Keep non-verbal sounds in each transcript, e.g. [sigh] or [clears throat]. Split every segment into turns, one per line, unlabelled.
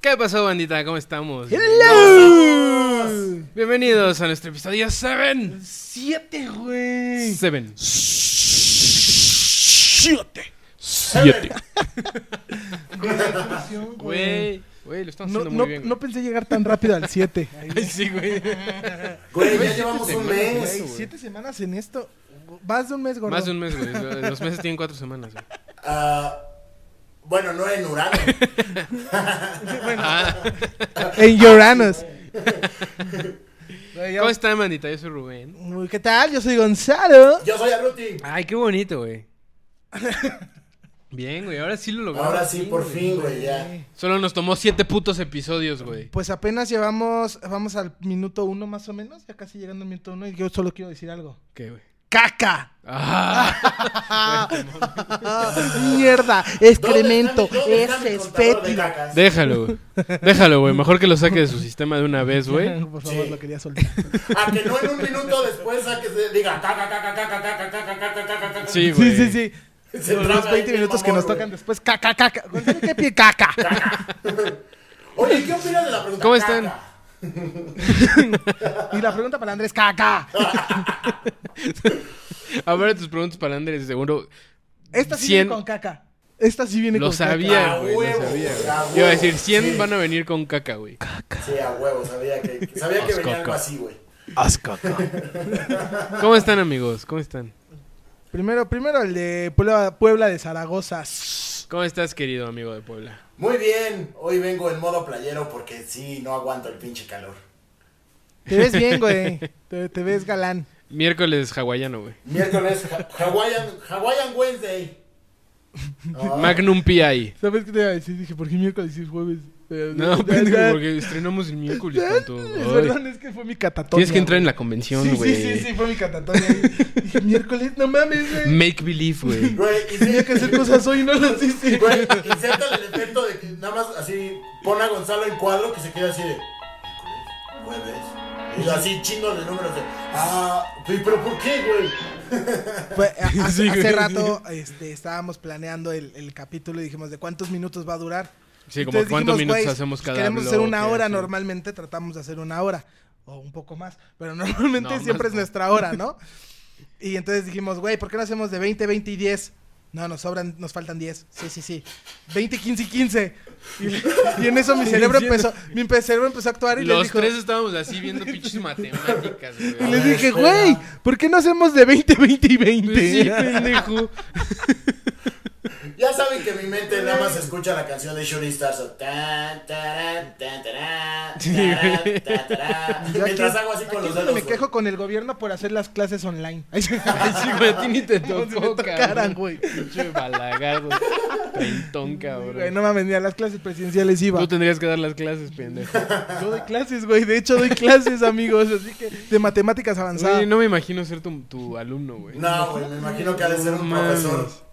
¿Qué pasó, bandita? ¿Cómo estamos?
¡Hello!
Bienvenidos a nuestro episodio 7.
¡Siete, güey!
7.
¡Siete! [laughs]
7.
Güey, güey, lo estamos
No,
haciendo
no,
muy bien.
no pensé llegar tan rápido al siete. Ay,
güey. Ay, sí, güey.
Güey, ya llevamos un
güey,
mes.
siete semanas en esto. Más de un mes,
[laughs]
gordo.
Más de un mes, güey. Los meses tienen cuatro semanas, güey.
Ah, bueno, no en Urano.
En Lloranos.
¿Cómo están, bandita? Yo soy Rubén.
Muy, ¿Qué tal? Yo soy Gonzalo.
Yo soy Arruti.
[laughs] Ay, qué bonito, güey. Bien, güey, ahora sí lo logramos.
Ahora sí, por fin, güey, ya.
Solo nos tomó siete putos episodios, güey.
Pues apenas llevamos, vamos al minuto uno más o menos, ya casi llegando al minuto uno y yo solo quiero decir algo.
¿Qué, güey?
¡Caca!
Ah, [laughs]
¡Mierda! ¡Excremento!
¿Dónde está mi- dónde
¡Es
está mi contador de
espeti!
cacas?
déjalo, güey. Déjalo, güey. Mejor que lo saque de su sistema de una vez, [laughs] güey.
Por favor,
Sí.
lo quería soltar.
A que no en un minuto después a que se diga caca, caca, caca, caca, caca, caca, caca, caca.
Sí, güey.
Sí, sí, sí.
Se
Los
traba
20
ahí,
minutos que
mamón,
nos tocan
güey.
después. ¡Caca, caca! Gonzalo, ¿Qué pie caca?
Oye, ¿qué opinas de la pregunta?
¿Cómo están?
Caca.
Y la pregunta para Andrés, ¡caca!
A ver tus preguntas para Andrés, seguro.
Esta sí
Cien.
viene con caca. Esta sí viene
Lo
con caca.
sabía,
A
güey. Lo
huevo,
sabía, güey.
a
Yo iba a decir,
huevo,
100
sí.
van a venir con caca, güey.
Sí, a huevo, sabía que, sabía que
Haz
venía algo
caca.
así, güey.
¿Cómo están, amigos? ¿Cómo están?
Primero, primero el de Puebla, Puebla de Zaragoza.
¿Cómo estás, querido amigo de Puebla?
Muy bien, hoy vengo en modo playero porque sí, no aguanto el pinche calor.
Te ves bien, güey. Te, te ves galán.
Miércoles hawaiano, güey.
Miércoles, ha- Hawaiian, Hawaiian Wednesday. Ah.
Magnum PI.
¿Sabes qué te iba a decir? Dije, ¿por qué miércoles y es jueves? Eh, [laughs]
No,
ya,
pendejo,
ya.
porque estrenamos el miércoles
Ya,
con todo.
[laughs] Es
Ay.
verdad, es que fue mi catatonia.
Tienes que entrar en
güey.
la convención, güey.
Sí, sí, sí, sí, fue mi catatonia. Dije, miércoles, no mames, güey.
Make believe,
[laughs]
güey.
Güey, y sí-
Tenía que hacer cosas hoy y no las hice.
Güey, [laughs] inserta el efecto de que nada más así pon a Gonzalo en cuadro que se queda así de. Jueves. Y yo así chingo de números de. Ah, güey, pero ¿por qué, güey?
Fue- a- hace,
Sí,
hace
güey.
rato este, estábamos planeando el, el capítulo y dijimos de cuántos minutos va a durar.
Sí, como
Entonces
cuántos
dijimos,
minutos
"Güey,
hacemos
pues
cada
Queremos hacer una
bloque,
hora,
así.
normalmente tratamos de hacer una hora o un poco más, pero [laughs] normalmente
No,
siempre
más
es
no.
nuestra hora, ¿no? y entonces dijimos, güey, ¿por qué no hacemos de 20, 20 y 10? No, nos sobran, nos faltan 10. Sí, sí, sí. 20, 15 y 15. Y, [laughs] y en eso mi cerebro empezó, mi cerebro empezó a actuar y le
Los
dijo,
tres estábamos así
[laughs]
viendo pinches matemáticas,
y
güey.
les dije,
Espera.
güey, ¿por qué no hacemos de 20, 20 y 20? [laughs]
Sí, pendejo.
Ya saben que mi mente nada más escucha la canción de Shooting Stars. o tan, tarán, tan, tarán, tarán, tan, tarán.
Yo
Mientras
aquí-
hago así con
aquí
los
es donde
dedos.
me
güey.
quejo con el gobierno por hacer las clases online. [laughs] Ay, sí,
Ay, sí, güey, a ti ni te
Como si me
tocó,
tocaran,
cabrón.
güey.
Pinche balagazo. Treintón, cabrón.
güey, no mames, ni a las clases presidenciales iba.
Tú tendrías que dar las clases, pendejo.
Yo doy clases, güey. De hecho, doy clases, amigos. Así que de matemáticas avanzadas.
Oye, no me imagino ser tu, tu alumno, güey.
No, güey, me imagino que ha de ser un
No mames.
profesor.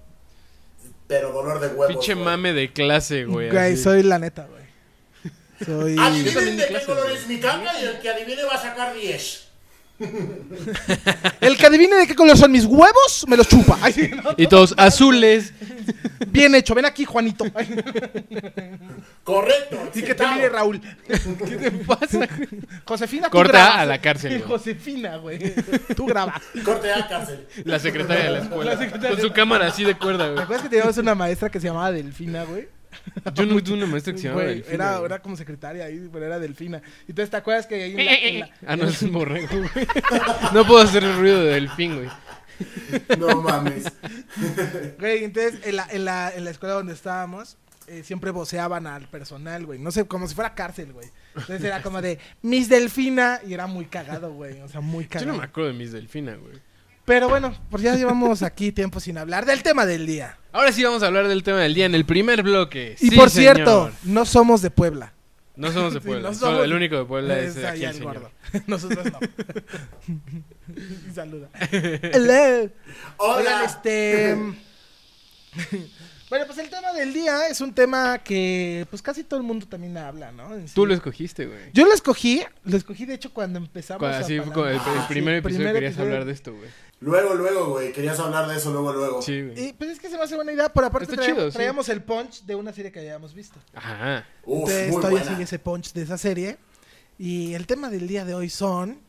Pero dolor de huevos.
Pinche
güey.
mame de clase, güey.
Güey,
así.
soy la neta, güey. Soy.
Adivinen de qué
clases,
color
güey.
es mi caca y el que adivine va a sacar 10.
El que adivine de qué color son mis huevos, me los chupa. Ay, sí, ¿no?
Y todos azules.
[laughs] Bien hecho, ven aquí, Juanito. Ay,
Correcto.
Y que te
aceptado.
mire Raúl. ¿Qué te pasa? Josefina, tú
Corta
grabas.
a la cárcel, güey.
Josefina, güey. [laughs] Tú grabas.
Corte a cárcel.
La secretaria de la escuela.
La secretaria.
Con su cámara así de cuerda,
¿Te
güey.
acuerdas que teníamos una maestra que se llamaba Delfina, güey?
Yo no tuve una maestra que se llamaba
Güey,
Delfina,
era,
güey.
era como secretaria ahí, pero era Delfina. Entonces, ¿te acuerdas que ahí en la- en la-
Ah, no, es un borrego, güey. No puedo hacer el ruido de delfín, güey.
[laughs] No mames.
Güey, entonces en la, en la, en la escuela donde estábamos, eh, siempre voceaban al personal, güey. No sé, como si fuera cárcel, güey. Entonces era como de Miss Delfina y era muy cagado, güey. O sea, muy
Yo
cagado.
no me acuerdo de mis delfina, güey.
Pero bueno, pues ya llevamos aquí tiempo sin hablar del tema del día.
Ahora sí vamos a hablar del tema del día en el primer bloque.
Y
Sí,
por
señor.
cierto, no somos de Puebla.
No somos de
[laughs] Sí,
Puebla.
no
solo
somos-
El único de Puebla es,
Es
aquí
allá
el
el
señor.
gordo. [laughs] Nosotros no. y saluda. [laughs] Hello.
Hola.
este,
Oigan, este. [laughs] Bueno, pues el tema del día es un tema que pues casi todo el mundo también habla, ¿no? En sí.
Tú lo escogiste, güey.
Yo lo escogí, lo escogí de hecho cuando empezamos
Cuando-
a
Así fue
palabras.
como el, el
Ah, sí,
primer episodio
primer
querías
episodio.
hablar de esto, güey.
Luego, luego, güey. Querías hablar de eso luego, luego.
Sí, güey.
Y pues es que se me hace buena idea, por aparte
Está
traíamos,
chido, sí.
traíamos el punch de una serie que habíamos visto.
Ajá.
Uf,
Entonces
muy
todavía
buena. [laughs]
sigue ese punch de esa serie. Y el tema del día de hoy son...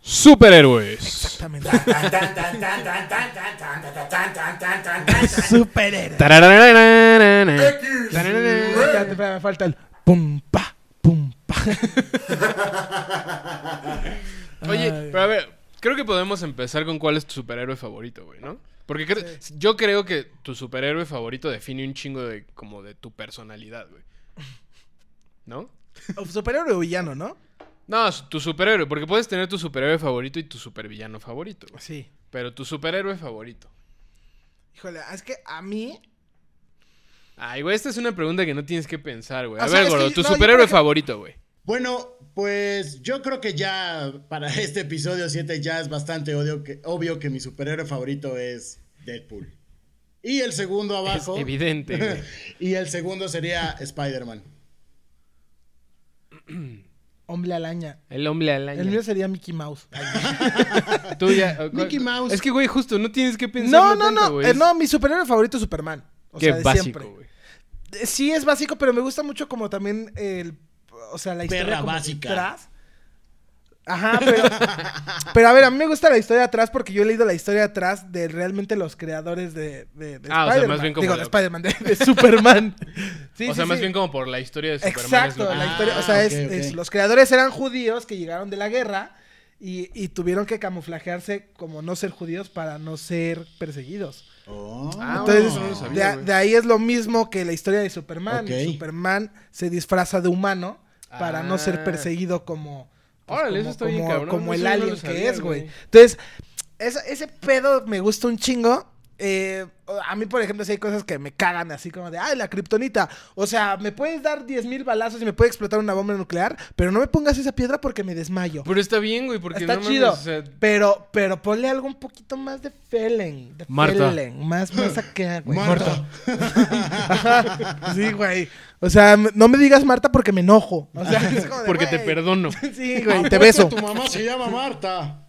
Superhéroes.
Exactamente.
Tan, tan, tan, tan, tan, tan, tan, tan, tan, tan, tan, tan, tan, tan.
[laughs] Superhéroes.
Tarararararara.
X.
Tararara.
Ya, espera, me falta el pum pa, pum pa. [laughs]
Oye,
Ay.
pero a ver, creo que podemos empezar con cuál es tu superhéroe favorito, güey, ¿no? Porque creo- yo creo que tu superhéroe favorito define un chingo de como de tu personalidad, güey. ¿No?
O Superhéroe o villano, ¿no?
No, s- tu superhéroe, porque puedes tener tu superhéroe favorito y tu supervillano favorito, güey.
Sí.
Pero tu superhéroe favorito.
Híjole, es que a mí...
Ay, güey, esta es una pregunta que no tienes que pensar, güey.
O
A
sea,
ver,
es que
gordo,
yo-
tu
no, yo
superhéroe
creo que-
favorito, güey.
Bueno, pues yo creo que ya para este episodio 7 ya es bastante obvio que, obvio que mi superhéroe favorito es Deadpool. Y el segundo
Es
abajo.
evidente, güey.
[laughs] y el segundo sería Spider-Man.
Hombre alaña.
El hombre
El
alaña.
mío sería Mickey Mouse.
Tú
[laughs]
ya-
Mickey Mouse.
Es que, güey, justo, no tienes que pensar.
No, no, no. eh, no, mi superhéroe favorito es Superman. O
Qué
sea, de
básico,
siempre.
güey.
Eh, Sí, es básico, pero me gusta mucho como también el. O sea, la historia.
Perra
como
básica.
detrás. Ajá, pero. [laughs] pero a ver, a mí me gusta la historia de atrás porque yo he leído la historia de atrás de realmente los creadores de. de, de
Ah, o sea, más
Spider-Man.
bien como
Digo,
de-
de Spider-Man, de, de
[laughs]
Superman. Sí,
o sea,
sí,
más
sí.
bien como por la historia de Superman. es
Exacto,
lo que-
la
Ah,
historia, o sea, es,
ok, ok.
es- los creadores eran judíos que llegaron de la guerra y, y tuvieron que camuflajearse como no ser judíos para no ser perseguidos.
Oh.
Ah, bueno,
Entonces,
eso no lo sabía,
de, a-
güey.
de ahí es lo mismo que la historia de Superman.
Ok.
Superman se disfraza de humano para no
Ah.
ser perseguido como...
Órale, eso está bien cabrón, eso
como el
yo no lo
alien que
sabía,
es, güey.
güey.
Entonces, esa- ese pedo me gusta un chingo. Eh, a mí, por ejemplo, si hay cosas que me cagan así como de, ay, la kriptonita. O sea, me puedes dar 10.000 balazos y me puede explotar una bomba nuclear, pero no me pongas esa piedra porque me desmayo.
Pero está bien, güey, porque
Está
no mames,
chido,
o sea,
pero, pero ponle algo un poquito más de Felen. De
Marta.
Felen, más, más acá, güey.
Marta. [laughs]
Ajá, sí, güey. O sea, m- no me digas Marta porque me enojo. O sea, es como de,
porque te
güey.
perdono.
[laughs] Sí, güey, te
Apuesto
beso.
Tu mamá se llama Marta.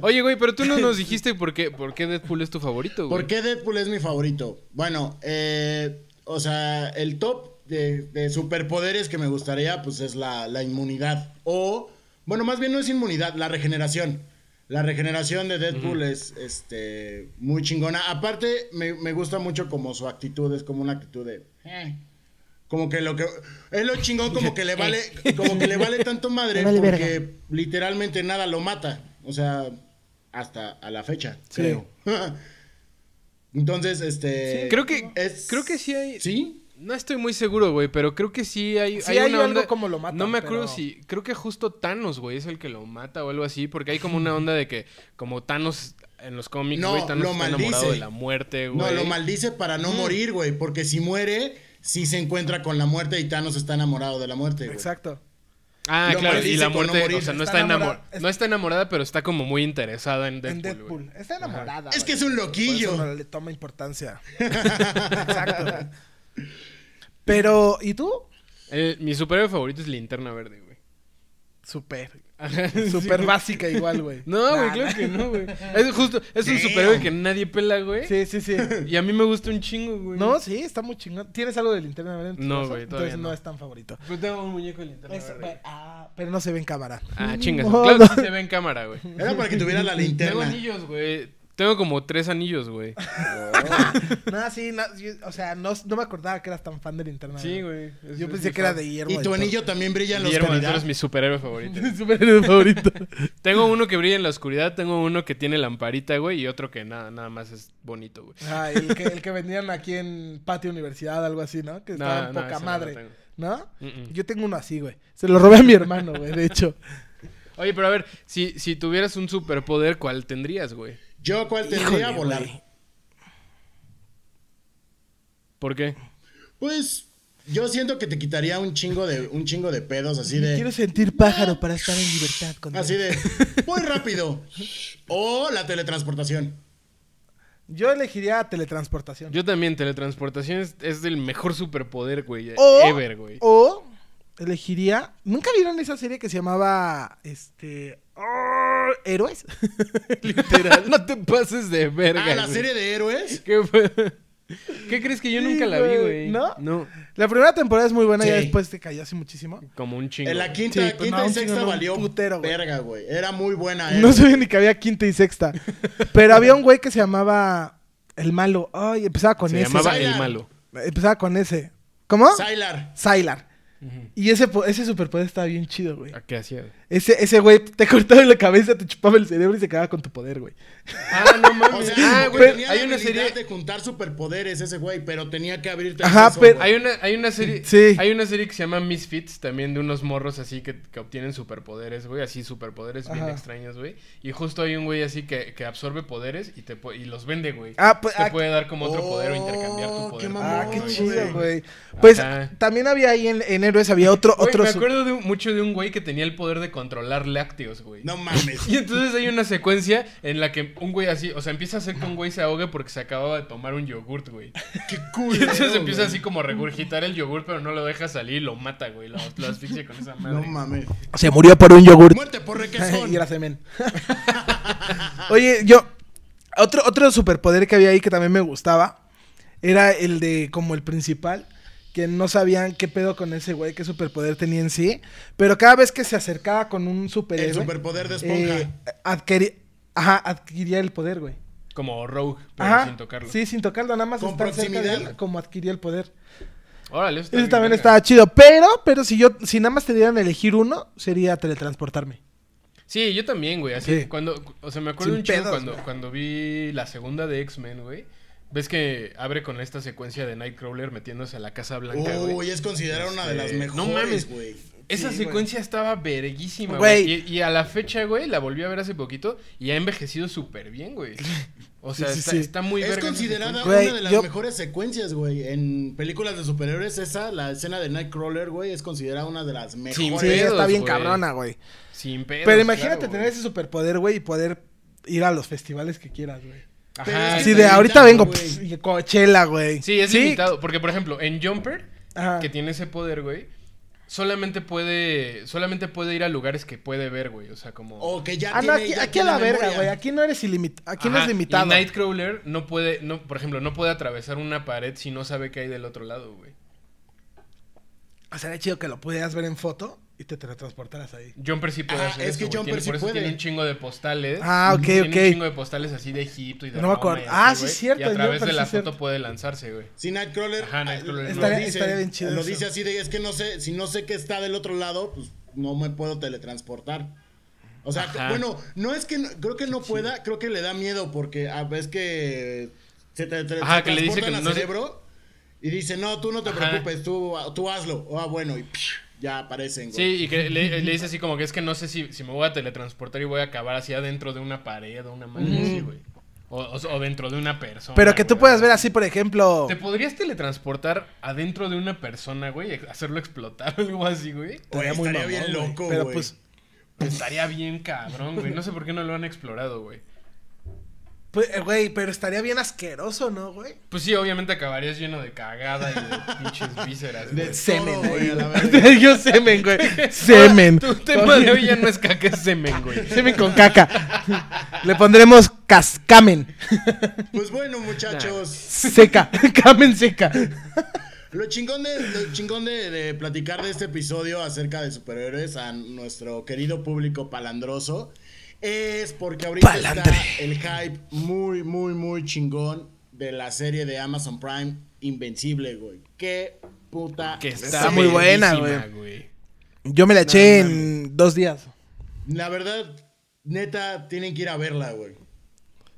Oye, güey, pero tú no nos dijiste por qué, por qué Deadpool es tu favorito, güey.
¿Por qué Deadpool es mi favorito? Bueno, eh, o sea, el top de, de superpoderes que me gustaría, pues es la, la inmunidad. O, bueno, más bien no es inmunidad, la regeneración. La regeneración de Deadpool es este, muy chingona. Aparte, me, me gusta mucho como su actitud, es como una actitud de... "Eh". Como que lo que... Es lo chingón
[laughs]
como
Eh.
que le vale, como que le vale tanto madre
Me [laughs] vale
porque
verga.
literalmente nada lo mata. O sea, hasta a la fecha,
Sí.
creo. [laughs] Entonces, este.
Creo que,
es-
creo que sí hay...
¿Sí?
No estoy muy seguro, güey, pero creo que sí hay...
Sí hay
una
algo como lo matan,
No me acuerdo
pero-
si... Creo que justo Thanos, güey, es el que lo mata o algo así, porque hay como
[laughs]
una onda de que como Thanos en los cómics,
No,
güey, Thanos
lo
está enamorado
maldice.
de la muerte, güey.
No, lo maldice para no morir, güey. Porque si muere, sí se encuentra con la muerte y Thanos está enamorado de la muerte, güey.
Exacto.
Ah,
Lo
claro, y
maldice
la
con no
muerte, o
morir.
sea, no
Está
está, enamorada,
enamora-
no está enamorada, pero está como muy interesada en Deadpool.
en Deadpool.
güey.
Está enamorada.
Es que
güey.
es un
Por eso
loquillo.
no le toma importancia.
[laughs]
Exacto. güey. Pero, ¿y tú?
Eh, mi superhéroe favorito es Linterna Verde, güey.
Súper.
Ajá, [laughs]
Súper
sí.
básica igual, güey.
No, güey,
Nah,
claro
nah.
que no, güey. Es justo, es un
Damn.
superhéroe que nadie pela, güey.
Sí,
[laughs]
sí, sí.
Y a mí me gusta un chingo, güey.
No, sí, está muy chingón. ¿Tienes algo de linterna verde? en tu
No,
casa?
güey, todavía
Entonces no.
no.
es tan favorito.
Pues tengo un muñeco de Linterna
Es-
Verde.
ah, pero no se ve en cámara.
Ah, chingas.
No,
claro
no. [laughs]
que sí se ve en cámara, güey.
Era para que tuviera la
Tengo
linterna.
anillos, güey. Tengo como tres anillos, güey.
No, sí, no, yo- o sea, no, no me acordaba que eras tan fan de linterna
Sí,
verde.
güey. Es-
Yo
es
pensé
mi
que era
fan.
de Guillermo.
Y tu anillo también brilla en la
Guillermo del Toro
oscuridad.
es mi superhéroe favorito.
[laughs] Súper favorito.
Tengo uno que brilla en la oscuridad, tengo uno que tiene lamparita, güey, y otro que nada, nada más es bonito, güey.
[laughs] Ah, y el que, el que vendían aquí en Patio Universidad, algo así, ¿no? Que
No,
estaba en
no,
poca
ese no lo
madre.
tengo.
¿No?
Mm-mm.
Yo tengo uno así, güey. Se lo robé a mi hermano, güey, de
[laughs]
hecho.
Oye, pero a ver, si, si tuvieras un superpoder, ¿cuál tendrías, güey?
Yo, ¿cuál tendría?
Híjole,
Volar.
güey.
¿Por qué?
Pues. Yo siento que te quitaría un chingo de un chingo de pedos así de [laughs]
Quiero sentir pájaro para estar en libertad con [laughs]
así de muy rápido o la teletransportación.
Yo elegiría teletransportación.
Yo también, teletransportación es, es el mejor superpoder, güey.
O-
Ever, güey.
O elegiría. ¿Nunca vieron esa serie que se llamaba. Este. ah, Héroes?
[laughs]
[laughs]
Literal. no te pases de verga.
Ah, la
güey.
serie de héroes.
¿Qué, fue? ¿Qué crees que yo
Sí,
nunca la vi,
güey.
güey?
¿No?
No.
La primera temporada es muy buena, ya
Sí.
después te cayó así muchísimo.
Como un chingo.
En la
güey.
quinta,
Sí, pues
quinta
no,
y
un
sexta
chingón, un
valió
putero, güey.
verga, güey. Era muy
Ah,
buena.
No
eh.
héroes.
sabía ni que había quinta
[laughs]
y sexta. Pero había un güey que se llamaba El Malo. Ay, empezaba con
Se
ese.
llamaba
Zaylan.
El Malo.
güey. Empezaba con ese. ¿Cómo?
Sylar.
Sylar. Y ese, po- ese superpoder estaba bien chido, güey.
¿A qué hacía? güey?
Ese, ese güey te cortaba la cabeza, te chupaba el cerebro y se quedaba con tu poder, güey.
Ah, no
O
mames.
sea,
ah,
güey,
güey.
tenía
Hay
la
una
habilidad
serie.
de juntar superpoderes ese güey, pero tenía que abrirte
Ajá,
acceso,
pero-
güey.
Hay una, hay una serie.
Sí.
Hay una serie que se llama Misfits, también de unos morros así que, que obtienen superpoderes, güey. Así superpoderes bien
Ajá.
extraños, güey. Y justo hay un güey así que, que absorbe poderes y te pu- y los vende, güey.
Ah, pues,
te
ah,
puede dar como otro
oh,
poder o intercambiar tu
qué
poder. por
mamón,
Ah,
otro,
qué
güey.
chido,
güey.
güey. Pues
Ajá.
también había ahí en, en Héroes, había otro...
Güey,
otro
me
su-
acuerdo de un- mucho de un güey que tenía el poder de controlar lácteos, güey.
No mames. [laughs]
Y entonces hay una secuencia en la que un güey así, o sea, empieza a hacer que un güey se ahogue porque se acababa de tomar un yogurt, güey.
Qué
Y
cool.
entonces empieza así como a regurgitar el yogurt, pero no lo deja salir y lo mata, güey. Lo, lo asfixia con esa madre.
No mames.
Se murió por [laughs] un yogur.
Muerte por
y
[laughs] requesón.
era semen. [laughs] Oye, yo. Otro, otro superpoder que había ahí que también me gustaba era el de como el principal. Que no sabían qué pedo con ese güey, qué superpoder tenía en sí. Pero cada vez que se acercaba con un superhéroe.
El superpoder de esponja.
eh, adquirí- ajá, adquiría el poder, güey.
Como Rogue, pero
Ajá.
sin tocarlo.
Sí, sin tocarlo, nada más
Con
estar cerca de
proximidad.
él, como adquiría el poder.
Órale, eso
Ese también
verga.
estaba chido. Pero, pero si yo, si nada más te dieran a elegir uno, sería teletransportarme.
Sí, yo también, güey. Así
Sí.
cuando, o sea, me acuerdo
Sin
un chingo
pedos,
cuando,
güey.
cuando vi la segunda de X-Men, güey. Ves que abre con esta secuencia de Nightcrawler metiéndose a la Casa Blanca, güey.
Oh,
Uy, es considerada una de las
Eh,
mejores,
no mames.
güey.
Esa
Sí,
secuencia estaba verguísima,
Güey.
güey. Y, y a la fecha, güey, la volví a ver hace poquito y ha envejecido súper bien, güey. O sea,
[laughs] Sí, sí,
está,
sí.
está muy
Es
verga esa
considerada
secuencia.
Güey,
una de las
yo-
mejores secuencias, güey. En películas de superhéroes, esa, la escena de Nightcrawler, güey, es considerada una de las mejores.
Sí,
Pedos,
está bien
güey.
cabrona, güey.
Sin pedos,
Pero imagínate
claro,
tener
güey.
ese superpoder, güey, y poder ir a los festivales que quieras, güey.
Ajá.
es
Sí,
Así
que-
de
limitado,
ahorita vengo,
güey.
pss, y Coachella, güey.
es limitado. Porque, por ejemplo, en Jumper,
Ajá.
que tiene ese poder, güey, solamente puede, solamente puede ir a lugares que puede ver, güey. O sea, como...
O que ya
Ah, no,
tiene-
aquí,
ya
aquí a
tiene
la verga,
memoria.
güey. Aquí no eres ilimitado. Aquí no
Ajá,
es limitado.
Y Nightcrawler no puede, no, por ejemplo, no puede atravesar una pared si no sabe qué hay del otro lado, güey.
O sea, era Ah, chido que lo pudieras ver en foto y te teletransportaras ahí.
Jumper sí puede
Ah,
hacer
es
eso,
que
güey.
Jumper
Tiene-
sí
por eso
puede.
tiene un chingo de postales.
Ah, ok,
Tiene
ok.
un chingo de postales así de Egipto y de
No
Roma
me
y
acuerdo.
así,
Ah, sí,
güey.
cierto,
Y a
en
través
Jumper
de
sí
la
es
foto
cierto.
puede lanzarse, güey.
Sí, Nightcrawler, ah,
Ajá, Nightcrawler,
lo
estaría-
dice,
estaría bien chido
lo
eso.
dice así de, es que no sé, si no sé qué está del otro lado, pues no me puedo teletransportar. O sea,
Ajá.
bueno, no es que, no- creo que no pueda, creo que le da miedo porque a veces que se te te-
Ajá,
se
que le dice
transportan
que
al
no se-
cerebro y dice, no, tú no te
Ajá.
preocupes, tú, tú hazlo. Ah, bueno, y psh, ya aparecen, güey.
Sí, y que le, le dice así como que es que no sé si, si me voy a teletransportar y voy a acabar así adentro de una pared o una madre así, güey. O, o- o dentro de una persona.
Pero que tú
güey,
puedas
o sea.
ver así, por ejemplo.
¿Te podrías teletransportar adentro de una persona, güey? y Hacerlo explotar [laughs] o algo así, güey.
Güey,
estaría muy mamón,
estaría bien
güey.
loco,
Pero
güey.
pues,
Estaría bien cabrón, güey. No sé por qué no lo han explorado, güey.
pues, eh, güey, pero estaría bien asqueroso, ¿no, güey?
Pues sí, obviamente acabarías lleno de cagada y
[laughs]
de pinches vísceras.
De
güey.
Semen,
todo, güey,
[laughs]
a la verga.
Yo [laughs] semen, güey. Semen.
Tu tema de hoy ya no es caca, es semen,
[laughs]
güey.
Semen con caca. Le pondremos cascamen.
Pues bueno,
[laughs]
muchachos.
Seca. Camen seca.
Lo chingón, de, lo chingón de, de platicar de este episodio acerca de superhéroes a nuestro querido público palandroso es porque ahorita
Palandre.
está el hype muy, muy, muy chingón de la serie de Amazon Prime Invencible, güey. Qué puta.
Que está,
Está muy buena,
verguísima,
Yo me la eché
No, no,
en dos días.
La verdad, neta, tienen que ir a verla, güey.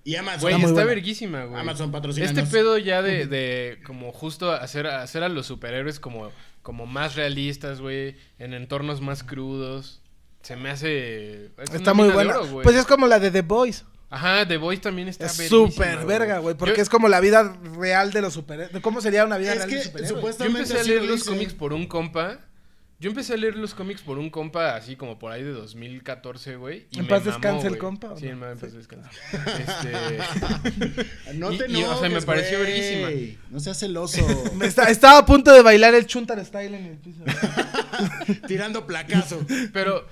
Y Amazon.
Güey,
muy
está,
buena.
verguísima, güey.
Amazon, patrocínanos.
Este pedo ya de, de como justo hacer, hacer a los superhéroes como, como más realistas, güey, en entornos más crudos. Se me hace. es una
Está muy
mina de
buena.
oro, güey.
pues es como la de The Boys.
Ajá, The Voice también está
Es
verguísima,
súper verga, güey. Porque
Yo-
es como la vida real de los superhéroes. ¿Cómo sería una vida
Es
real de
que
superhéroes?
supuestamente.
Yo empecé a
sí
leer
lo
los
hice.
cómics por un compa. Yo empecé a leer los cómics por un compa así como por ahí de 2014, güey. y
¿En
me
paz
mamó,
descanse el
güey.
compa, o
Sí,
no?
en paz
Sí.
descanse. Este,
[laughs] No
Y-
te
y, o sea, me
enojes,
pareció
güey.
verguísima.
No seas
[laughs]
celoso.
Me está- estaba a punto de bailar el Chuntar Style en el piso.
[laughs] Tirando placazo.
pero,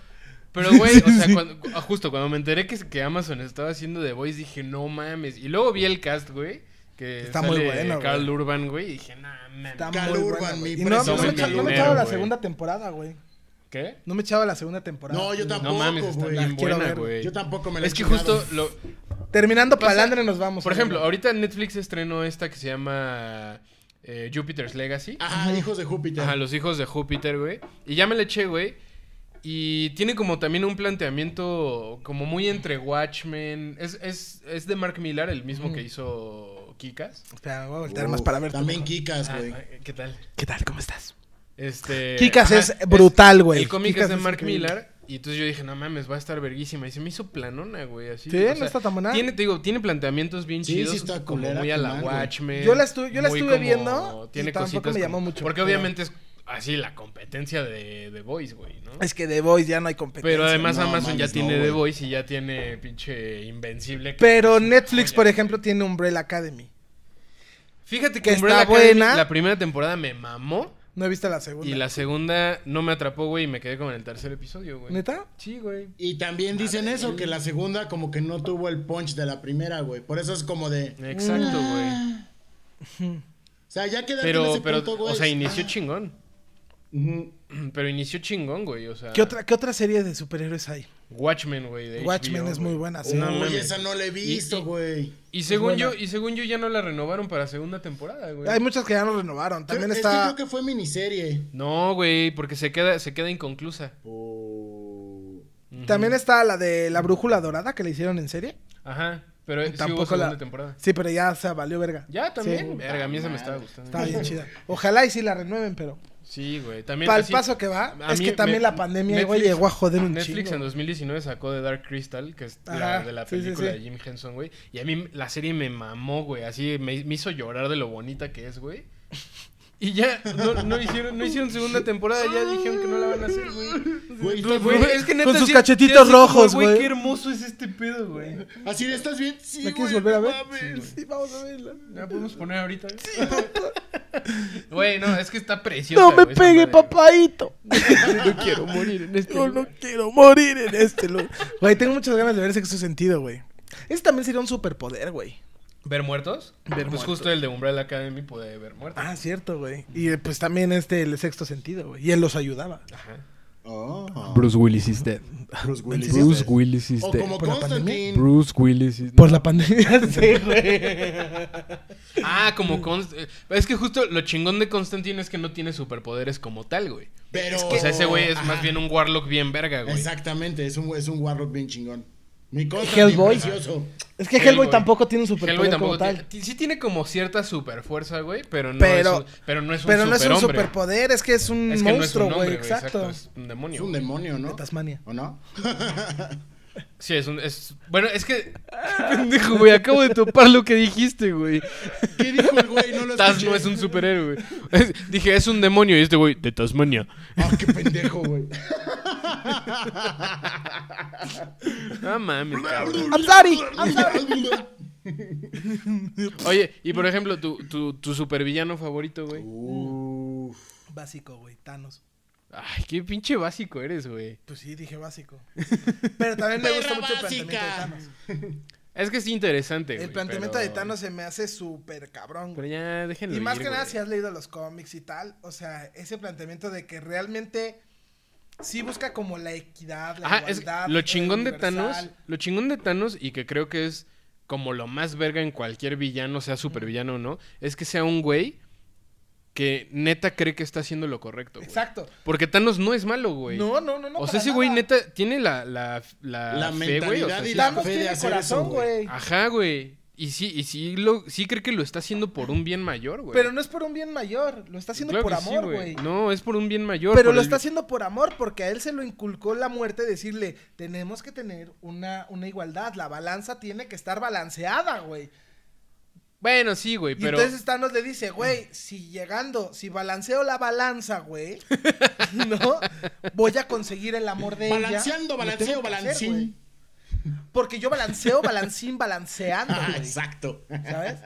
pero, güey, o sea, cuando- cu- justo cuando me enteré que, que Amazon estaba haciendo The Voice, dije, no mames. Y luego vi el cast, güey. Que
Está
sale
muy bueno, güey.
Carl Urban, güey. Y dije, no mames.
Está
Cal
muy
Urban,
buena, güey.
mi
Y no,
preso,
no me,
mi
echa- no me
dinero,
echaba la
güey.
segunda temporada, güey.
¿Qué?
No me echaba la segunda temporada.
No, yo
No
tampoco,
mames, está
güey.
bien
Quiero
buena,
ver,
güey.
Yo tampoco me la he
Es que
chingado.
justo lo,
[laughs] Terminando
Pasa-
palandre nos vamos. ¿eh?
Por
güey.
ejemplo, ahorita Netflix estrenó esta que se llama eh, Jupiter's Legacy.
Ah,
Ajá, hijos de Júpiter.
Ajá, los hijos de Júpiter, güey. Y ya me le eché, güey. Y tiene como también un planteamiento como muy entre Watchmen. Es, es, es de Mark Millar, el mismo que hizo Kikas.
Espera, me voy a voltear
Uh,
más para ver.
También Kikas, güey.
Ah, ¿Qué tal?
¿Qué tal? ¿Cómo estás?
Este,
Kikas es brutal, güey.
El cómic
Kikas
es de
es
Mark
increíble.
Millar. Y entonces yo dije, no mames, va a estar verguísima. Y se me hizo planona, güey. Así,
Sí, no está tan buena.
Tiene, te digo, tiene planteamientos bien
Sí, sí
chidos.
está
como
culera,
muy a la
mal, güey.
Watchmen.
Yo la estu- yo la
muy
estuve viendo y
Tiene
tampoco
cositas
me llamó
como-
mucho,
Porque
pero-
obviamente es así la competencia de, de Voice, güey, ¿no?
Es que The Voice ya no hay competencia.
Pero además
no,
Amazon ya
mames,
tiene
no,
The
güey.
Voice y ya tiene pinche Invencible. que-
Pero Netflix,
Oye.
por ejemplo, tiene Umbrella Academy.
Fíjate que,
que
Umbrella
está
Academy,
buena.
la primera temporada me mamó.
No he visto la segunda.
Y la segunda no me atrapó, güey, y me quedé como en el tercer episodio, güey.
¿Neta?
Sí, güey.
Y también dicen eso, que la segunda como que no tuvo el punch de la primera, güey. Por eso es como de...
Mm.
Eh. Exacto, güey.
O sea, ya quedaste en
Pero,
ese
pero,
punto, güey.
o sea, inició chingón. [clears throat]
Ujú.
Pero inició chingón, güey, o sea.
¿Qué otra, ¿Qué otra serie de superhéroes hay?
Watchmen, güey. de
Watchmen
HBO,
es
güey.
muy buena, sí.
No
Uy,
mames.
esa no la he
Y-
visto,
y-
güey.
Y según
Es
yo,
buena.
y según yo ya no la renovaron para segunda temporada, güey.
Hay muchas que ya no renovaron. También
Creo- Es
está.
que creo que fue miniserie.
No, güey, porque se queda, se queda inconclusa.
Oh.
También está la de la brújula dorada que le hicieron en serie.
Ajá. Pero sí hubo
Tampoco
segunda
la.
temporada.
Sí, pero ya se valió verga.
Ah. Ya también.
Sí.
Verga, a mí esa me estaba gustando. [laughs]
Está bien chida. Ojalá y sí la renueven, pero.
Sí, güey. También.
Para el
así-
paso que va,
a
es
mí
que
me-
también la pandemia, güey,
Netflix-
llegó a joder un
Netflix en
chingo.
2019 sacó de Dark Crystal, que es la
Ajá,
de la
sí, sí,
película
sí.
de Jim Henson, güey. Y a mí la serie me mamó, güey. Así me, me hizo llorar de lo bonita que es, güey. Y ya no, no hicieron, no hicieron segunda temporada, ya dijeron que no la van a hacer, güey.
Güey, está-
Güey, es que neta
Con sus
sí-
cachetitos
sí, así como,
rojos, güey.
Qué hermoso es este pedo, güey.
Así de, ¿estás bien? ¿Ah, Sí,
¿La quieres
güey,
volver a
no
ver?
mames.
Sí, vamos a verla.
¿La podemos poner ahorita? Güey, no, es que está preciosa.
No me
güey, esa
pegue,
madre, güey. [laughs]
papadito.
No quiero morir en este
Yo no quiero morir en este lugar. [laughs] Güey, tengo muchas ganas de ver sexo sentido, güey. Ese también sería un superpoder, güey.
¿Ver muertos? pues
muertos.
justo el de Umbrella Academy puede ver muertos.
Ah, cierto, güey. Y eh, pues también este, el sexto sentido, güey. Y él los ayudaba.
Ajá.
Oh.
Bruce Willis is dead.
Bruce Willis.
Bruce Willis is
O
dead.
como
¿Por la pandemia?
Constantine.
Bruce Willis is
Por la pandemia, [laughs] sí, güey.
Ah, como Const- eh, Es que justo lo chingón de Constantine es que no tiene superpoderes como tal, güey.
Pero...
O sea, ese güey es
Ajá.
más bien un Warlock bien verga, güey.
Exactamente, es un, es un Warlock bien chingón. Mi Constantine
Hellboy.
precioso.
Es que
Hellboy.
Hellboy tampoco tiene un superpoder
Hellboy
como
tampoco
tal.
tiene, ti- sí tiene como cierta superfuerza, güey, pero no
Pero-
es un, pero no es un
Pero no es un
superhombre.
superpoder, es que es un
Es que no es un
monstruo,
hombre,
güey.
güey,
exacto.
Es un demonio.
Es un demonio, ¿no?
De Tasmania.
¿O no?
Sí, es un. Es... Bueno, es que. [laughs] Qué pendejo, güey. Acabo de topar lo que dijiste, güey.
¿Qué dijo el güey? No lo
Taz
escuché.
no es un superhéroe, güey. Es- Dije, es un demonio. Y este güey, de Tasmania.
Ah, qué pendejo, güey.
No mames, cabrón.
I'm sorry.
Oye, y por ejemplo, tu, tu, tu supervillano favorito, güey.
Uf.
Básico, güey. Thanos.
Ay, qué pinche básico eres, güey.
Pues sí, dije básico. Pero también me gusta
Perra
mucho el planteamiento de
básica.
Thanos.
Es que es interesante, güey.
El planteamiento
pero-
de Thanos se me hace súper cabrón,
Pero
güey.
ya, déjenlo.
Y más
ir,
que nada,
güey.
si has leído los cómics y tal, o sea, ese planteamiento de que realmente sí busca como la equidad, la
Ajá, es que
igualdad.
lo chingón de
universal.
Thanos, lo chingón de Thanos y que creo que es como lo más verga en cualquier villano, sea supervillano o no, es que sea un güey que neta cree que está haciendo lo correcto. güey.
Exacto.
Porque Thanos no es malo, güey.
No, no, no, no.
o sea,
para
ese güey
nada.
neta tiene la, la, la,
La
fe, güey. O sea,
mentalidad y
sí-
la
Thanos
fe de
tiene
hacer
corazón,
eso, güey.
güey.
Ajá, güey. Y sí, y sí, lo, sí cree que lo está haciendo por un bien mayor, güey.
Pero no es por un bien mayor, lo está haciendo
Claro
por
que sí,
amor, güey.
no, es por un bien mayor.
Pero
por
lo
el-
está haciendo por amor, porque a él se lo inculcó la muerte, decirle, tenemos que tener una, una igualdad, la balanza tiene que estar balanceada, güey.
Bueno, sí, güey,
Y
pero.
entonces Thanos le dice, güey, si llegando, si balanceo la balanza, güey, [laughs] ¿no? Voy a conseguir el amor de ella.
Balanceando,
Lo
balanceo,
tengo que hacer,
balancín.
güey. Porque yo balanceo, balancín, balanceando,
Ah,
güey,
exacto.
[laughs]
¿sabes?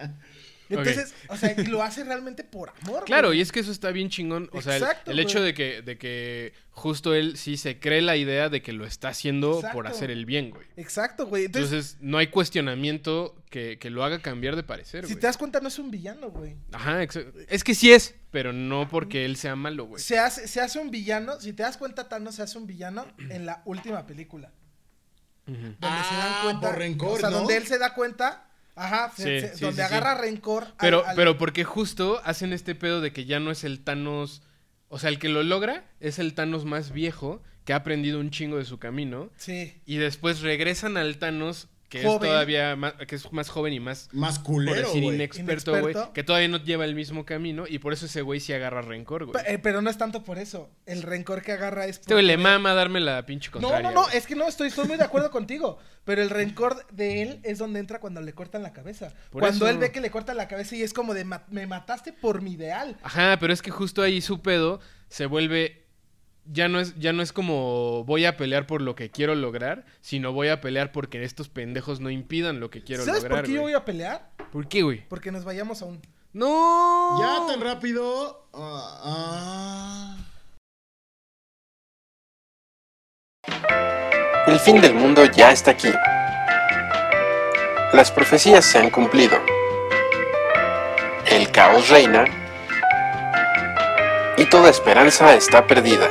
Entonces, o sea, y lo hace realmente por amor,
Claro,
güey.
y es que eso está bien chingón. O sea, el-
Exacto,
el, hecho
güey.
de que, de que justo él sí se cree la idea de que lo está haciendo por
Exacto.
hacer el bien, güey.
Exacto, güey. Entonces,
Entonces, no hay cuestionamiento que, que lo haga cambiar de parecer,
si
güey.
te das cuenta, no es un villano, güey.
Ajá, exa- es que sí es, pero no porque él sea malo, güey.
Se hace, se hace un villano, si te das cuenta, Thanos se hace
[clears throat]
un villano en la última película.
Ujú.
donde se dan
Ah,
cuenta.
por
o
rencor,
sea,
¿no?
donde él se da cuenta. Ajá, se-
Sí,
se-
sí,
donde
sí, sí.
agarra rencor. al-
Pero,
al-
pero porque justo hacen este pedo de que ya no es el Thanos. O sea, el que lo logra es el Thanos más viejo que ha aprendido un chingo de su camino.
Sí.
Y después regresan al Thanos, que
Joven.
es todavía más, que es más joven y más
Más
por
culero,
decir
güey.
inexperto, güey.
Inexperto.
Que todavía no lleva el mismo camino. Y por eso ese güey sí agarra rencor, güey.
Pe- eh, Pero no es tanto por eso. El rencor que agarra es.
Este güey le
porque-
mama darme la pinche
No,
contraria.
no, no,
güey.
es que no, estoy, estoy muy de acuerdo contigo. Pero el rencor de él es donde entra cuando le cortan la cabeza.
Por
cuando
eso.
él ve que le cortan la cabeza y es como de, "Ma- me mataste por mi ideal.
Ajá, pero es que justo ahí su pedo se vuelve. Ya no, es, ya no es como voy a pelear por lo que quiero lograr, sino voy a pelear porque estos pendejos no impidan lo que quiero
¿Sabes
lograr.
por qué yo
güey.
voy a pelear?
¿Por qué, güey?
Porque nos vayamos a un.
¡No!
Ya tan rápido. Ah, ah.
El fin del mundo ya está aquí. Las profecías se han cumplido. El caos reina y toda esperanza está perdida.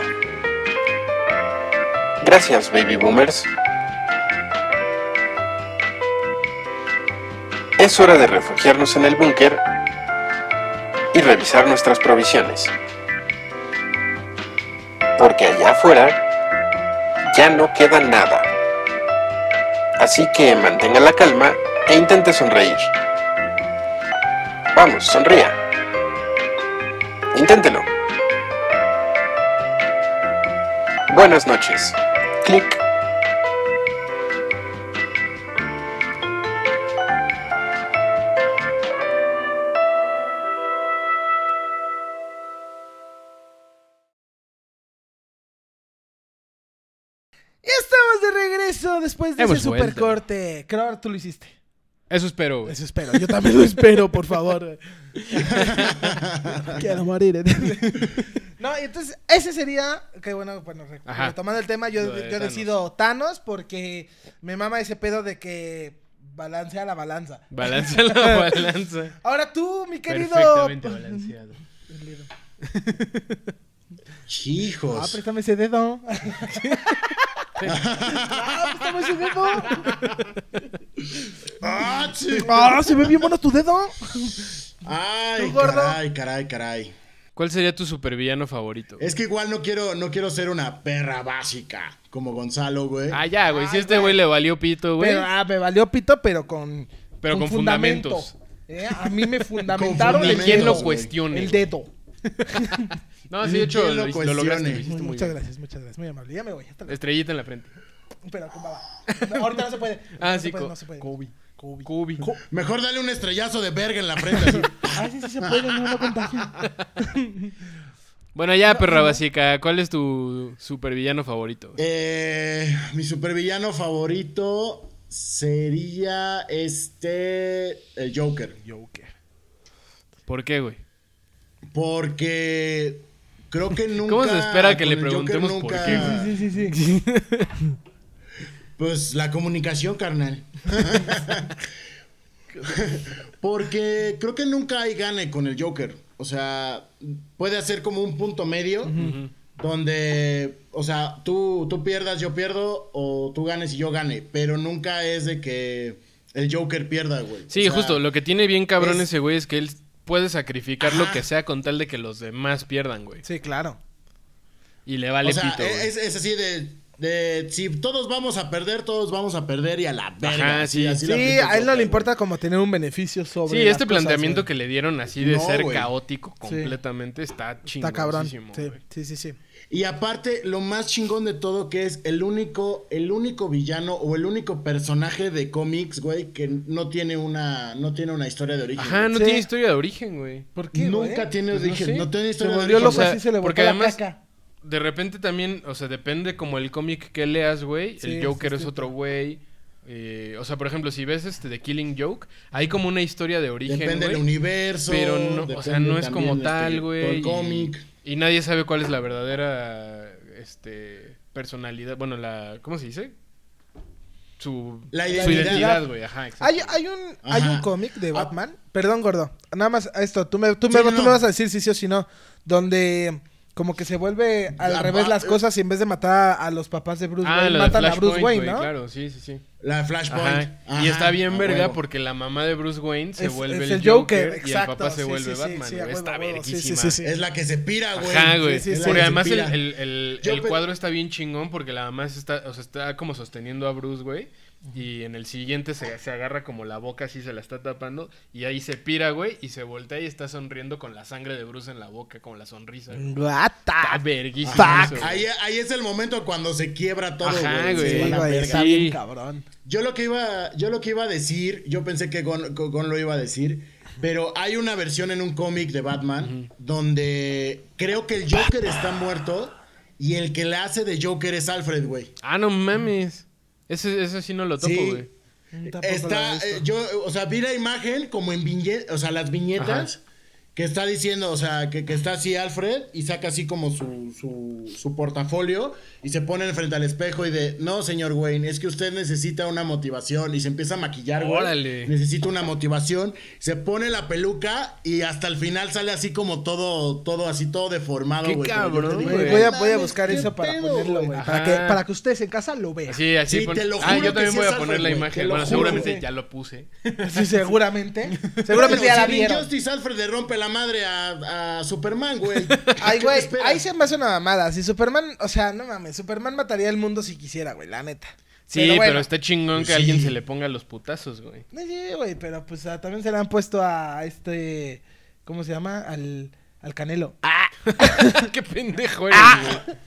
Gracias, baby boomers. Es hora de refugiarnos en el búnker y revisar nuestras provisiones. Porque allá afuera ya no queda nada. Así que mantenga la calma e intente sonreír. Vamos, sonría. Inténtelo. Buenas noches. Clic.
Ya estamos de regreso después de
Hemos
ese
vuelto.
supercorte. Creo que tú lo hiciste.
Eso espero, güey.
Eso espero, yo también lo espero, por [laughs] favor. Quiero morir. no, y entonces ese sería, que bueno, bueno, re-
Ajá.
retomando el tema, yo,
Lo de
yo decido Thanos porque me mama ese pedo de que balancea la balanza.
Balanza
[laughs]
la balanza.
Ahora tú, mi querido... [laughs]
Perfectamente balanceado.
Ah,
Chijos.
préstame ese dedo. [laughs] ah, préstame ese dedo.
Ah, sí.
Ah, se ve bien bueno tu dedo.
Ay,
¿Tú, gordo?
caray, caray, caray.
¿Cuál sería tu supervillano favorito?
Eh,
Es que igual no quiero, no quiero ser una perra básica como Gonzalo, güey.
Ah, ya, güey. Si
Ay,
este güey le valió pito, güey.
Pero, ah, me valió pito, pero con.
Pero con
fundamento.
fundamentos.
Eh, A mí me fundamentaron
Con
De
el
fundamentos,
quién
dedo.
lo
güey.
cuestione.
El dedo.
No, sí, de hecho,
¿Quién
lo,
lo
lo lograste.
cuestione?
lo hiciste muy
muchas
bien. Eh.
gracias, muchas gracias. Muy amable. Ya me voy. Hasta luego.
Estrellita en la frente.
Pero con baba. No, ahorita no se puede.
[laughs] Ah,
no
sí,
se puede,
co-
no se puede.
Kobe.
Kobe.
Kobe.
Mejor dale un estrellazo de verga en la frente. así.
Ah, sí, sí se puede, no
[laughs]
lo contagia.
Bueno, ya, perra básica, ¿cuál es tu supervillano favorito? güey?
Ah. Eh, mi supervillano favorito sería este el Joker.
¿Por qué, güey?
Porque creo que nunca.
¿Cómo se espera que
con
le
el Joker
preguntemos por
nunca-
qué, güey?
Sí, sí, sí.
[laughs] Pues la comunicación, carnal. [laughs] Porque creo que nunca hay gane con el Joker. O sea, puede hacer como un punto medio donde, o sea, tú, tú pierdas, yo pierdo, o tú ganes y yo gane. Pero nunca es de que el Joker pierda, güey.
Sí,
O sea,
justo, lo que tiene bien cabrón
es-
ese güey es que él puede sacrificar lo
Ajá.
que sea con tal de que los demás pierdan, güey.
Sí, claro.
Y le vale
o sea, e-
pito, güey.
es, es así de. de si todos vamos a perder, todos vamos a perder y a la verga.
Ajá, sí.
Sí,
así la aplica
a él no
Coca,
le importa como tener un beneficio sobre.
Sí,
las
este
cosas,
planteamiento
güey.
que le dieron así de
No,
ser
güey.
caótico completamente está
Está cabrón.
chingoncísimo.
Sí,
güey.
sí, sí, sí.
Y aparte, lo más chingón de todo que es el único, el único villano o el único personaje de cómics, güey, que no tiene una, no tiene una historia de origen.
Ajá, no
Sí.
tiene historia de origen, güey.
¿Por qué?
Nunca
güey?
tiene
Pues no
origen,
sé.
no, tiene
Se
historia de
volvió
origen.
loco
sea,
así, se le
porque
volvió la
además-
caca.
De repente también, o sea, depende como el cómic que leas, güey.
Sí,
el Joker
sí,
es
sí.
otro güey. Eh, o sea, por ejemplo, si ves este de Killing Joke, hay como una historia de origen,
Depende del
güey.
universo.
Pero no, o sea,
depende
no es
también,
como
este,
tal,
todo
güey.
el
y-
cómic.
Y, nadie sabe cuál es la verdadera este personalidad, bueno, la ¿cómo se dice? Su
La
su
identidad.
identidad, güey, ajá, exacto.
Hay, hay un, hay
Ajá.
un cómic de
Ah.
Batman. Perdón, gordo. Nada más a esto. Tú me, tú, me,
Sí, no,
tú
no.
me vas a decir si sí o si no. Donde como que se vuelve al
La
revés
ba-
las cosas y en vez de matar a, a los papás de Bruce
ah,
Wayne,
la de
pues, matan a
Flashpoint,
Bruce Wayne,
güey,
¿no?
claro, sí, sí, sí.
La de Flashpoint.
Ajá. y está bien
a
verga
huevo.
porque la mamá de Bruce Wayne se
Es-
vuelve el
es el Joker,
Joker, y el
exacto,
papá se
sí,
vuelve
sí, sí,
Batman.
sí, a
güey.
huevo,
está
a huevo, sí, sí,
verguísima.
sí, sí.
Es la que se pira, güey.
Ajá, güey.
Sí, sí, sí.
porque
Sí,
además
se
el,
pira.
el- el-
Yo
el
pe-
cuadro está bien chingón porque la mamá se está, o sea, está como sosteniendo a Bruce, güey. Y en el siguiente se, se agarra como la boca así, se la está tapando. Y ahí se pira, güey. Y se voltea y está sonriendo con la sangre de Bruce en la boca, como la sonrisa. güey. Está
Gata.
verguísima. eso,
Fuck.
güey.
Ahí, ahí es el momento cuando se quiebra todo,
Ajá,
güey.
güey.
Se va a
Sí,
la
güey,
verga.
está
Sí.
bien cabrón.
Yo lo que iba, yo lo que iba a decir, yo pensé que Gon, Gon- Gon lo iba a decir, pero hay una versión en un cómic de Batman donde creo que el Joker está muerto y el que le hace de Joker es Alfred, güey.
Ah, no mames. Ese, ese sí no lo topo,
Sí.
güey.
Tampoco lo he
Está,
visto.
eh, yo, eh, o sea, vi la imagen como en viñetas, o sea, las viñetas que está diciendo, o sea, que, que está así Alfred y saca así como su, su, su portafolio y se pone frente al espejo y de, no, señor Wayne, es que usted necesita una motivación y se empieza a maquillar, güey.
Órale.
Necesita una motivación, se pone la peluca y hasta el final sale así como todo, todo así, todo deformado,
Qué
güey. como yo te
cabrón,
digo, eh.
güey.
Güey, voy, a,
"No
voy a
mames,
buscar
qué
eso para
pedo,
ponerlo, güey.
güey.
Para que,
Ajá.
para que ustedes en casa lo vean.
Así, así.
Sí,
pon-
te lo
ah,
juro
yo
que
también
sí
voy
es
a poner
Alfred,
la
güey, te
imagen.
lo
Bueno,
juro,
seguramente
güey.
ya lo puse.
[laughs] Sí,
[laughs]
seguramente. Seguramente
Bueno,
ya la
si
vieron.
Injustice Alfred le rompe la madre a, a
[laughs]
Superman, güey.
Ay,
¿Qué te
güey,
esperas?
ahí se me hace una mamada. Si Superman, o sea, no mames, Superman mataría el mundo si quisiera, güey, la neta.
Sí, pero,
bueno,
está chingón que
Sí.
alguien se le ponga los putazos, güey. [laughs]
Sí, güey, pero pues ah, también se le han puesto a este. ¿Cómo se llama? Al, al Canelo.
Ah.
Qué pendejo eres, güey.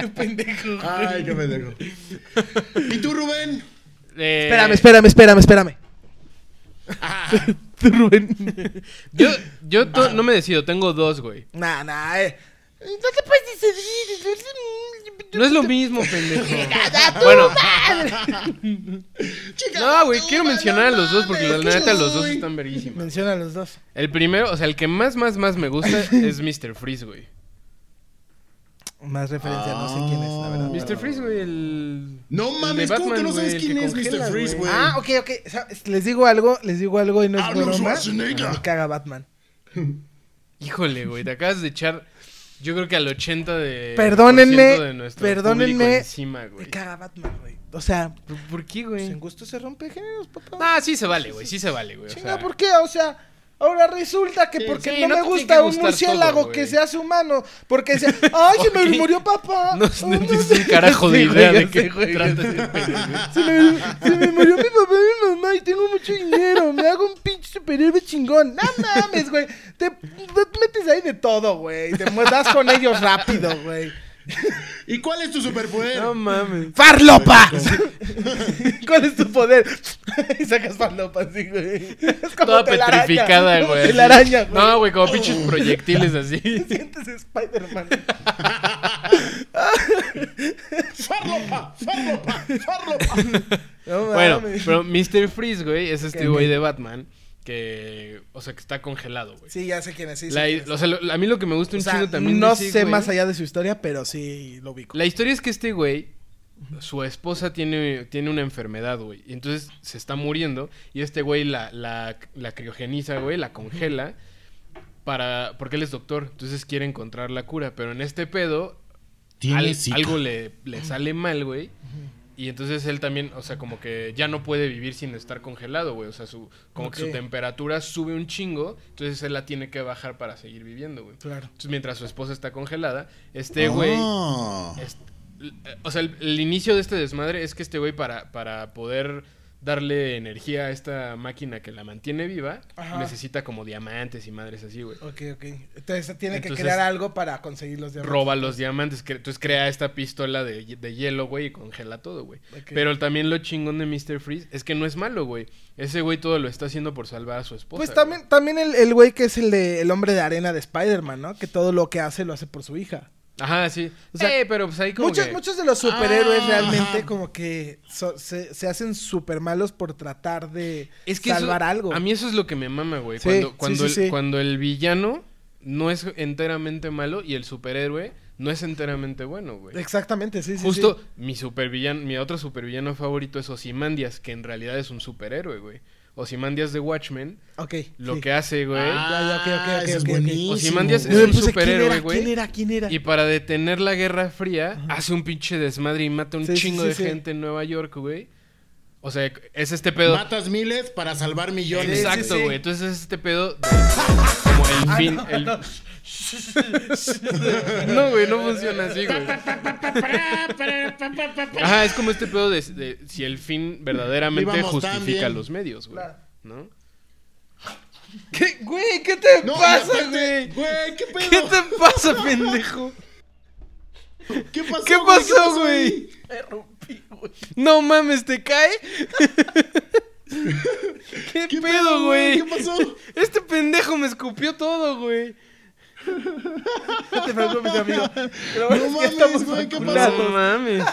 ¡Qué pendejo!
Ay, qué pendejo. ¿Y tú, Rubén?
Eh,
Espérame, espérame, espérame, espérame. Tú, Rubén.
Yo, yo to-
Ah.
no me decido, tengo dos, güey.
nah, nah, eh. No te puedes decidir.
No es lo mismo,
[laughs]
pendejo.
Chingada tu
bueno,
Chica,
no, güey,
tú,
quiero
no
mencionar a los dos porque la
mames,
neta los dos
uy.
están verguísimos.
Menciona a los dos.
El primero, o sea, el que más, más, más me
[laughs]
gusta es Mr. Freeze, güey.
Más referencia, no sé quién es, la verdad.
Mr. Freeze, güey, el.
No
el de
mames, ¿cómo que
Batman,
no sabes
güey, el
quién
que
es
congela,
Mr. Este Freeze, güey?
Ah, ok, ok. ¿Sabes? Les digo algo, les digo algo y no es
Arnold
broma.
Schwarzenegger.
Me caga Batman.
Híjole, güey, te acabas de echar. Yo creo que al 80 de.
Perdónenme,
de nuestro
perdónenme.
público Encima, güey.
Me caga Batman, güey. O sea,
¿Por, por qué,
pues,
güey?
en gusto se rompe géneros, papá.
Ah, sí se vale, güey, sí se vale, güey. o
Chinga,
sea.
¿por qué? O sea, ahora resulta que
Sí,
porque
sí, no
no, me
te tiene
gusta
que
un
gustar
murciélago
todo,
que
güey.
se hace humano, porque se... ¡Ay, se
[laughs]
me
Ok.
murió papá!
No,
Ay,
no tienes un carajo de
[laughs] Sí, güey,
idea
ya
de
sé,
qué
güey.
trata ese
[laughs]
pedo, güey.
Se me, se me murió mi papá y mi mamá y tengo mucho dinero. Me hago un pinche superhéroe chingón. No mames, güey. Te, te metes ahí de todo, güey. Te mu- das con ellos rápido, güey.
¿Y cuál es tu superpoder?
No mames.
¡Farlopa! ¿Cuál es tu poder? [laughs] y sacas farlopa así, güey. Es [laughs]
[laughs]
como
Toda
telaraña,
petrificada,
como
güey. así.
Telaraña, güey.
No, güey, como
[laughs]
pinches proyectiles así.
Sientes
[laughs]
Spider-Man.
¡Farlopa! ¡Farlopa! ¡Farlopa!
No
Bueno,
mames.
pero Mr. Freeze, güey, es este
Ok.
güey de Batman que, o sea, que está congelado, güey.
Sí, ya sé quién es. Sí, sé
La-
quién es.
o sea, lo- a mí lo que me gusta
O
un
sea,
chingo también.
no
de ese
sé
güey-
más allá de su historia, pero sí lo ubico.
La historia es que este güey, su esposa tiene, tiene una enfermedad, güey. Y entonces se está muriendo. Y este güey la, la, la criogeniza, güey, la congela. Para, porque él es doctor. Entonces quiere encontrar la cura. Pero en este pedo, al- algo le, le sale mal, güey. Y, Y entonces él también, o sea, como que ya no puede vivir sin estar congelado, güey. O sea, su, como que
Ok.
su temperatura sube un chingo, entonces él la tiene que bajar para seguir viviendo, güey.
Claro.
Entonces, mientras su esposa está congelada, este güey...
Ah.
Est- l- eh, o sea, el, el inicio de este desmadre es que este güey para, para poder darle energía a esta máquina que la mantiene viva,
Ajá.
necesita como diamantes y madres así, güey.
Ok, ok. Entonces tiene que
Entonces-
crear algo para conseguir los diamantes.
Roba los diamantes, cre- entonces crea esta pistola de, hie- de hielo, güey, y congela todo, güey.
Ok.
Pero también lo chingón de Mr. Freeze es que no es malo, güey. Ese güey todo lo está haciendo por salvar a su esposa.
Pues
güey.
también, también el, el güey que es el de el hombre de arena de Spider-Man, ¿no? Que todo lo que hace lo hace por su hija.
Ajá, sí.
O sea,
Eh, pero pues ahí como
Muchos,
que-
muchos de los superhéroes
Ah,
realmente
ajá.
como que so- se, se hacen super malos por tratar de
Es que
salvar
eso-
algo.
A mí eso es lo que me mama, güey.
Sí,
cuando,
sí,
cuando
sí,
el,
sí.
cuando el villano no es enteramente malo y el superhéroe no es enteramente bueno, güey.
Exactamente, sí, sí.
Justo
sí.
mi supervillano, mi otro supervillano favorito es Osimandias, que en realidad es un superhéroe, güey. Osimandias de Watchmen,
Ok.
lo
sí. [laughs]
que hace, güey.
ya, ya, ok, ok,
Ah, ese
ok,
es
ok, ok.
buenísimo.
Ozymandias
Yo
es
me
un
puse,
superhéroe,
pues, ¿quién era,
güey.
¿Quién era? ¿Quién era?
Y para detener la Guerra Fría, hace un pinche desmadre y mata un
Sí, sí,
chingo
sí,
de
sí.
gente en Nueva York, güey. O sea, es este pedo.
Matas miles para salvar millones.
Exacto,
sí.
güey. Entonces es este pedo de- Ah, como el fin. el-
[laughs]
No, güey, no funciona así, güey. Ajá, es como este pedo de, de si el fin verdaderamente
Íbamos tan
justifica
bien.
los medios, güey. ¿No?
¿Qué, güey? ¿Qué te
No, y
pasa,
aparte,
güey?
Güey, ¿qué pedo?
¿Qué te pasa, pendejo?
¿Qué pasó,
¿Qué
güey?
pasó, güey? Me rompí, güey. No mames, ¿te cae? [laughs] ¿Qué,
¿Qué
pedo, güey?
¿Qué [laughs] pasó?
Este pendejo me escupió todo, güey. No te
[laughs]
preocupes, amigo. Pero
No
es que
mames,
estamos
güey, ¿qué
No
vacunados.
mames.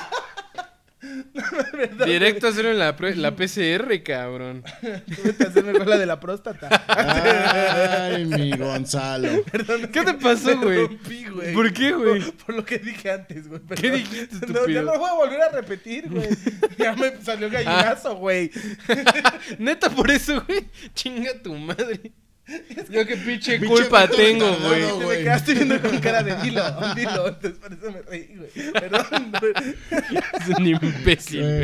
Directo a hacer en la, pre- la PCR, cabrón.
Tuve que hacerme con la de la próstata.
Ay, mi Gonzalo.
¿Qué te pasó,
[laughs] Me
güey?
rompí, güey.
¿Por qué, güey?
Por, por lo que dije antes, güey. perdón.
¿Qué dijiste,
[laughs] No, ya
estúpido?
no lo voy a volver a repetir,
[laughs]
güey. Ya me salió
Ah,
gallinazo, güey.
Neta, por eso, güey. Chinga tu madre. Yo qué pinche
Pinche
culpa
puto
tengo,
retardado,
güey.
güey.
Te me quedaste viendo con cara de dilo, [laughs] dilo. Entonces por eso me reí, güey.
[laughs]
Perdón.
[laughs] Es un imbécil, güey.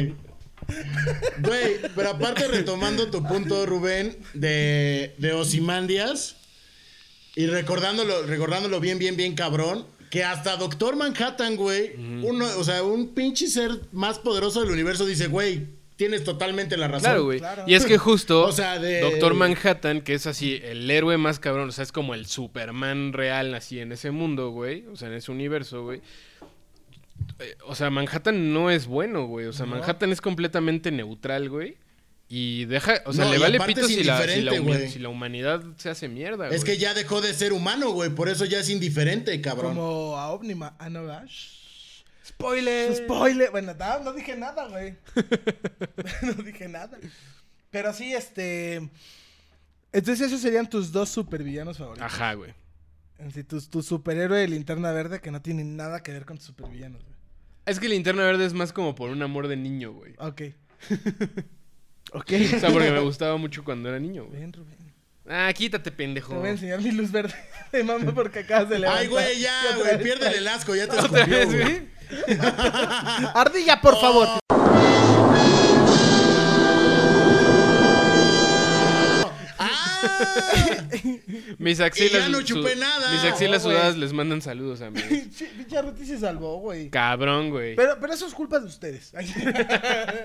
Güey. Güey, pero aparte retomando tu punto, Rubén, de, de Osimandias, y recordándolo, recordándolo bien, bien, bien cabrón, que hasta Doctor Manhattan, güey, uno, o sea, un pinche ser más poderoso del universo dice, güey, tienes totalmente la razón.
Claro, güey.
Claro.
Y es que justo
O sea, de-
Doctor Manhattan, que es así el héroe más cabrón, o sea, es como el Superman real así en ese mundo, güey, o sea, en ese universo, güey. Eh, O sea, Manhattan no es bueno, güey. O sea, Manhattan es completamente neutral, güey. Y deja, o sea,
No,
le
y
vale
aparte
pito
es
si la, si, la
indiferente,
humi-
güey.
si la humanidad se hace mierda, güey.
Es que ya dejó de ser humano, güey, por eso ya es indiferente, cabrón.
Como a Omnima. Ah, no, ¿verdad? Spoiler. Spoiler. Bueno, no, no dije nada,
[laughs]
güey. [laughs] no dije nada. Pero sí, este. Entonces, esos serían tus dos supervillanos favoritos.
Ajá, güey.
En sí, tu, tu superhéroe de linterna verde que no tiene nada que ver con tus supervillanos, güey.
Es que Linterna Verde es más como por un amor de niño, güey.
Ok.
[laughs]
ok.
O sea, porque me gustaba mucho cuando era niño, güey.
Ven, Rubén.
Ah, quítate,
Te
pendejo.
voy a enseñar mi luz verde [laughs] de mamá porque acabas de levantar.
Ay, güey, ya,
otra
güey,
vez.
piérdele el asco, ya te
¿Otra
escupió,
vez,
güey.
güey?
Ardilla, por favor.
¡Ah!
Mis axilas.
Y ya no chupé nada.
Mis axilas
No, güey.
sudadas les mandan saludos a mí.
Pinche pinche Arruti se salvó, güey.
Cabrón, güey.
Pero, pero eso es culpa de ustedes. [laughs]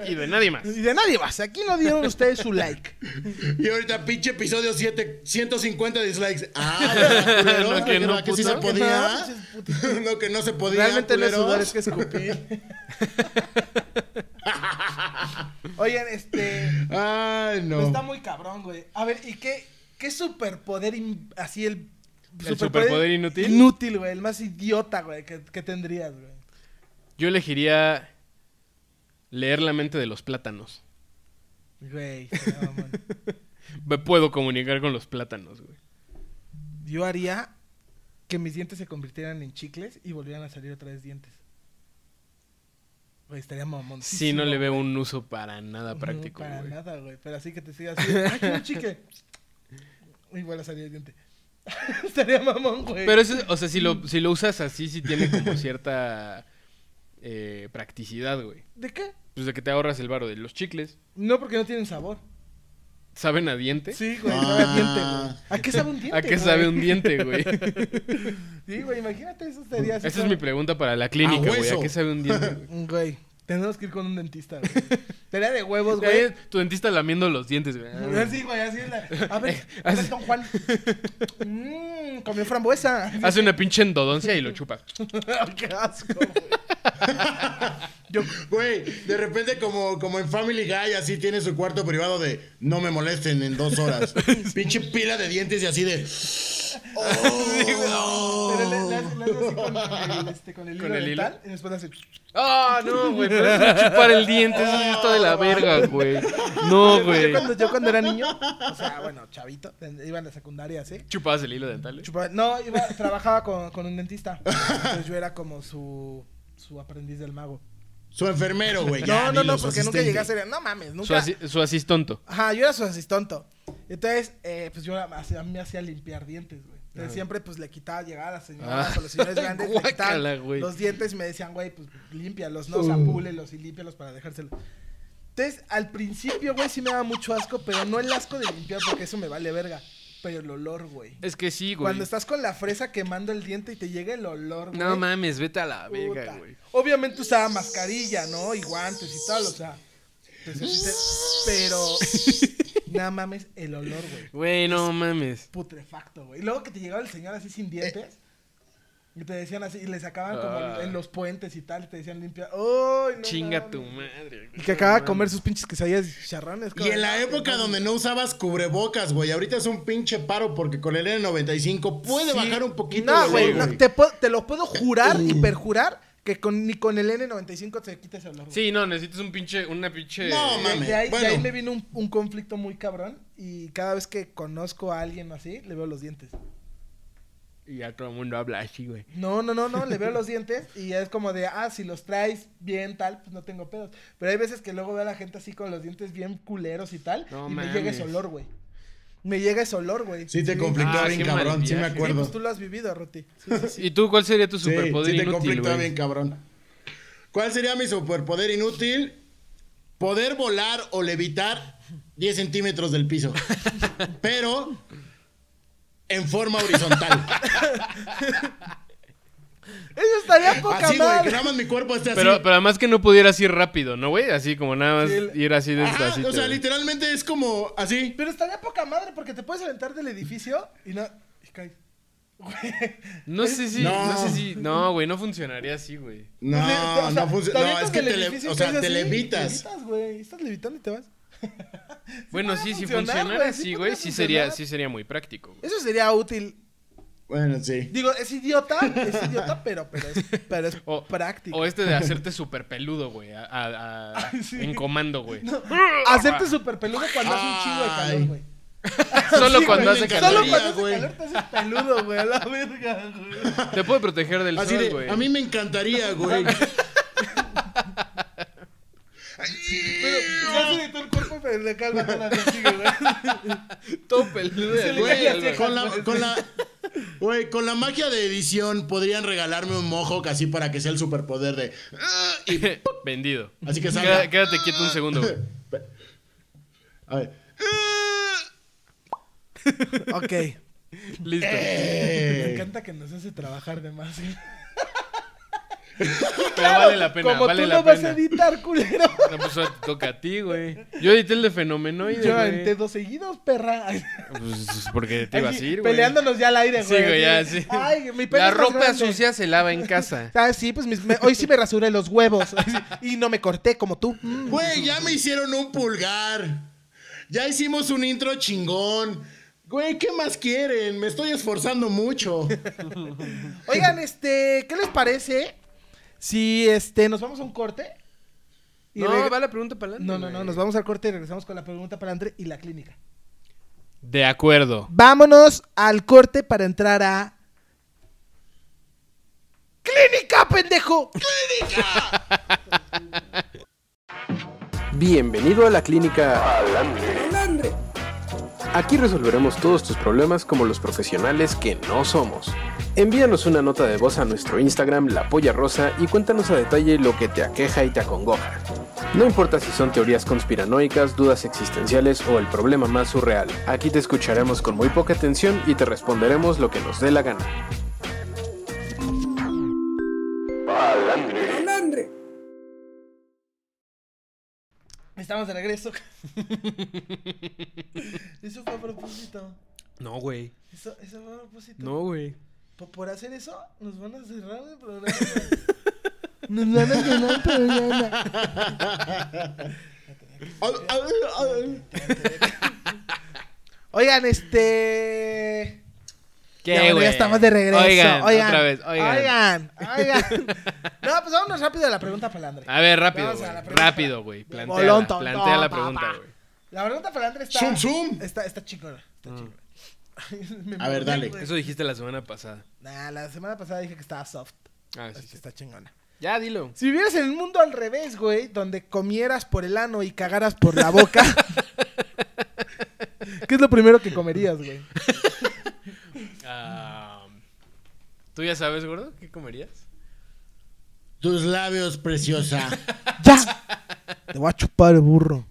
Y de nadie más.
Y de nadie más. Aquí no dieron ustedes su like.
Y ahorita pinche episodio 7, 150 dislikes.
[laughs]
Ah,
No, que
que
no,
no, que sí se
puto.
[laughs] podía.
Que no,
[laughs] No, que no se podía.
Realmente no es
culeros.
sudor, es que
[laughs]
escupí. Oigan, este.
Ay,
pero Está
no.
muy cabrón, güey. A ver, ¿y qué, qué superpoder in- así el.
¿El superpoder inútil?
Inútil, güey. El más idiota, güey, que, que tendrías, güey.
Yo elegiría leer la mente de los plátanos.
Güey. se maman.
Me puedo comunicar con los plátanos, güey.
Yo haría que mis dientes se convirtieran en chicles y volvieran a salir otra vez dientes. Güey, estaría mamón.
Sí, no le veo un uso para nada práctico,
Para
güey.
nada, güey. Pero así que te sigas así. de, ¡Ay, quiero un chicle! [laughs] Y vuelve a salir el diente. [laughs] estaría mamón, güey.
Pero eso, o sea, si lo, si lo usas así, sí tiene como cierta eh, practicidad, güey.
¿De qué?
Pues de que te ahorras el varo de los chicles.
No, porque no tienen sabor.
¿Saben a diente?
Sí, güey, sabe a diente, güey. ¿A qué sabe un diente?
Ah. ¿A qué
güey?
sabe un diente, güey?
Sí, güey, imagínate, eso sería así.
Esa es mi pregunta para la clínica,
A
güey. ¿A
hueso.
qué sabe un diente, güey?
mi Güey, tendremos que ir con un dentista, güey. Sería
[laughs]
de huevos,
De ahí
güey.
Tu dentista lamiendo los dientes, güey.
Así, Eh, güey, así es la... A
[laughs]
ver, a ver, don Juan. Mmm, comió frambuesa. [laughs]
Hace una pinche endodoncia y lo chupa.
¡Qué asco, güey! Yo...
Güey, de repente como, como en Family Guy, así tiene su cuarto privado de no me molesten en
[laughs]
dos horas. Pinche pila de dientes y así de... Oh.
Pero le, le hace- le hace así con, el, este, con el hilo
¿Con el hilo?
dental y después hace...
Ah, no, güey. Pero eso de chupar el diente, eso sí está de la verga, güey. No,
Yo
güey.
cuando, yo cuando era niño, o sea, bueno, chavito, iba a la secundaria, ¿sí?
¿Chupabas el hilo dental? güey?
Chupaba- no, iba, trabajaba con, con un dentista. Entonces yo era como su, su aprendiz del mago.
Su enfermero, güey.
no,
ya,
no,
ni
no,
los
porque nunca
asistentes.
llegué a ser. No mames,
Su,
nunca.
asi su asistonto.
Ajá, yo era su asistonto. Entonces, eh, pues yo hacía- me hacía limpiar dientes, güey. Entonces siempre pues le quitaba, llegaba a las señoras
Ah.
o
[laughs]
los señores grandes, le quitaban
Guácala, güey. Uh.
los dientes y me decían, güey, pues límpialos, no, o sea, púlelos y límpialos para dejárselos. Entonces, al principio, güey, sí me daba mucho asco, pero no el asco de limpiar porque eso me vale verga, pero el olor, güey.
Es que sí, güey.
Cuando estás con la fresa quemando el diente y te llega el olor, güey.
No mames, vete a la
puta.
verga, güey.
Obviamente usaba mascarilla, ¿no? Y guantes y tal, o sea. entonces, sí
[laughs]
te- pero. nada mames, el olor, güey.
Güey, no mames.
Putrefacto, güey. Y luego que te llegaba el señor así sin dientes. Y te decían así, y le sacaban
Ah.
como en los puentes y tal, y te decían limpia. ¡Ay, no!
Chinga
mames!
tu madre, güey.
Y que acaba de comer sus pinches quesadillas y charranes,
Y en la época donde no usabas cubrebocas, güey. Ahorita es un pinche paro porque con el N95 puede
Sí.
bajar un poquito.
No,
el
güey.
olor,
no, te, puedo- te lo puedo jurar y perjurar que con, ni con el N95 te quita ese olor. güey.
Sí, no, necesitas un pinche, una pinche...
No,
De-
mames.
De ahí, de
Bueno.
ahí me vino un, un conflicto muy cabrón y cada vez que conozco a alguien así, le veo los dientes.
Y ya todo el mundo habla así, güey.
No, no, no, no, le veo los dientes y ya es como de, ah, si los traes bien tal, pues no tengo pedos. Pero hay veces que luego veo a la gente así con los dientes bien culeros y tal
No
y
mames.
me llega ese olor, güey. Me llega ese olor, güey.
Sí te
Sí,
conflictó
Ah,
bien
qué mal
cabrón, sí me
viaje.
acuerdo.
pues tú lo has vivido, Ruti. Sí, sí, sí.
¿Y tú cuál sería tu
Sí,
superpoder
sí te
inútil,
conflictó
güey?
bien cabrón. ¿Cuál sería mi superpoder inútil? Poder volar o levitar 10 centímetros del piso. Pero en forma horizontal.
Eso estaría poca
así, Ah, güey, que
madre.
nada más mi cuerpo esté así.
Pero, pero además que no pudieras ir rápido, ¿no, güey? Así como nada más
Sí, el-
ir así de
Ajá,
así,
o sea,
te-
literalmente es como así.
Pero estaría poca madre porque te puedes aventar del edificio y no... Y caes. [laughs] Güey.
No sé si, no.
No.
sé si, no, güey, no funcionaría así, güey.
No,
Pues, le- o sea,
no funciona.
avientas
No, es que
del
te, le-
edificio
o
y
sea,
caes
te
así,
levitas.
Levitas, güey. Estás levitando y te vas.
[laughs] Bueno,
puede
sí, si
funcionar,
funcionara
güey, sí
así,
podría
güey, sí sería,
funcionar.
sí sería muy práctico, güey.
Eso sería útil.
Bueno, sí.
Digo, es idiota, es idiota, [laughs] pero, pero es, pero es
O-
práctico. [laughs]
O este de hacerte super peludo, güey, a- a- a-
Ay, sí.
en comando, güey.
Hacerte súper peludo cuando hace un chingo de
Ay.
calor, güey.
[laughs] Solo
Sí,
cuando
güey,
hace
Solo
calor.
cuando hace
güey.
calor te haces peludo, güey. A la verga, güey.
Te puede proteger del
Así
sol,
de,
güey.
a mí me encantaría,
[laughs]
güey.
Se hace de todo el cuerpo, pero le calma toda la sigue, güey.
Todo peludo.
Se le
güey,
cae la
güey.
ceja.
Con la, con la, güey, con la magia de edición podrían regalarme un mojo así para que sea el superpoder de. "Ah", y-
[laughs] Vendido.
así que
Queda-
salga.
quédate quieto un segundo, güey.
A ver. "Ah",
Ok.
Listo.
Me
[laughs] eh.
encanta que nos hace trabajar de más. güey.
Pero vale la pena,
Como
vale
tú
la
no vas
pena.
a editar, culero.
No, pues ahora te toca a ti, güey. Yo edité el de fenomenoide,
Yo
güey.
aventé dos seguidos, perra. [laughs]
Pues porque te ibas a
Así,
ir, güey.
Peleándonos ya al aire,
Sí,
güey.
güey, ya,
así.
sí.
Ay, mi pene
La
está
ropa
grande.
sucia se lava en
[laughs]
casa.
Ah, sí, pues mis- me- hoy sí me rasuré los huevos. [laughs] y no me corté como tú. Mm.
Güey, ya me hicieron un pulgar. Ya hicimos un intro chingón. Güey, ¿qué más quieren? Me estoy
[laughs]
esforzando mucho.
Oigan, este, ¿qué les parece si este nos vamos a un corte? Y
No,
reg-
va la pregunta para adelante.
no, no, no, nos vamos al corte y regresamos con la pregunta para André y la clínica.
De acuerdo.
Vámonos al corte para entrar a Clínica, pendejo.
Bienvenido a la clínica Aquí resolveremos todos tus problemas como los profesionales que no somos. Envíanos una nota de voz a nuestro Instagram La Polla Rosa y cuéntanos a detalle lo que te aqueja y te acongoja. No importa si son teorías conspiranoicas, dudas existenciales o el problema más surreal, aquí te escucharemos con muy poca atención y te responderemos lo que nos dé la gana.
Estamos de regreso. [laughs] eso fue a propósito.
No, güey.
Eso, eso fue a propósito.
No, güey.
Po- Por hacer eso, nos van a cerrar
[laughs]
el programa. nos van a cerrar el programa. Oigan, este. Ya, bueno, Ya estamos de regreso.
Oigan,
Oigan,
otra vez, oigan.
Oigan,
[laughs]
oigan. No, pues vámonos rápido a la pregunta palandre.
A ver, rápido,
Vamos a
güey.
la pregunta.
Rápido, güey. Plantea,
Bolón, tontón,
plantea la
papá.
pregunta, güey.
La pregunta palandre está.
Zoom, zoom.
Está, está chingona.
Mm.
Está chingona. Me
A ver,
mordí,
dale.
güey.
Eso dijiste la semana pasada.
Nah, la semana pasada dije que estaba soft.
Ah, sí,
Así que
sí.
está chingona.
Ya, dilo.
Si vivieras en el mundo al revés, güey, donde comieras por el ano y cagaras por la boca, [laughs] ¿qué es lo primero que comerías, güey?
Ah, ¿Tú ya sabes, gordo? ¿Qué comerías?
Tus labios, preciosa.
¡Ya! Te voy a chupar el burro.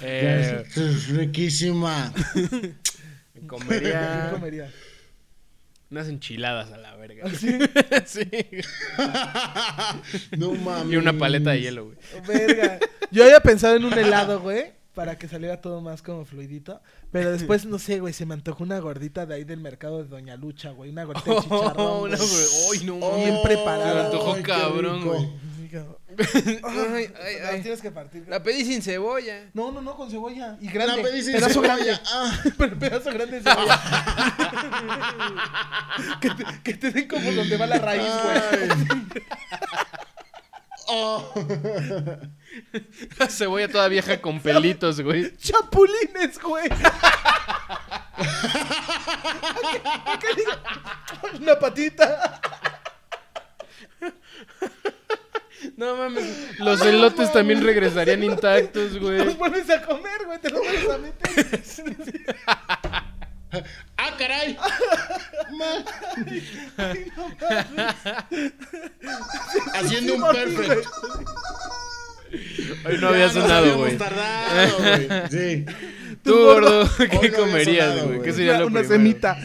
Eh,
Es
[laughs]
riquísima.
¿Qué Ah.
comería
comerías?
unas enchiladas a la
[laughs]
verga.
¿Ah, ¿Sí?
[laughs] Sí.
No mames.
Y una paleta de hielo, güey.
Verga. Yo había pensado en un helado, güey, para que saliera todo más como fluidito. Pero después, no sé, güey, se me antojó una gordita de ahí del mercado de Doña Lucha, güey. Una gordita [laughs] de chicharrón.
Oh, [laughs]
güey.
no, güey. Ay, no,
Oh,
mames.
Bien preparada.
Se me antojó
ay, qué
cabrón,
rico.
güey.
Así que-
Ay, ay,
Las
ay.
tienes que partir.
La pedí sin cebolla.
No, no, no, con cebolla. Y
La
grande.
pedí sin
pedazo
cebolla.
grande.
Ah,
[laughs] Pero pedazo grande de cebolla. [laughs] que, te, que te den como donde va la raíz, güey.
oh.
[laughs] Cebolla toda vieja con pelitos, güey.
Chapulines, güey. [laughs] Acá- acá dice, Una patita.
No mames. Los elotes también regresarían intactos,
Los
güey.
vuelves a comer, güey. Te los vuelves a meter.
ah,
[laughs]
caray. Ma-
Ay, no mames.
Haciendo un
Sí,
perfect.
Hoy no había
Ya nos
sonado,
habíamos
güey. [laughs]
tardado, güey. Sí.
Tú, gordo, ¿qué
Hoy no había
comerías,
sonado,
güey? ¿Qué
güey.
sería
Una-
lo
Una
primero?
semita.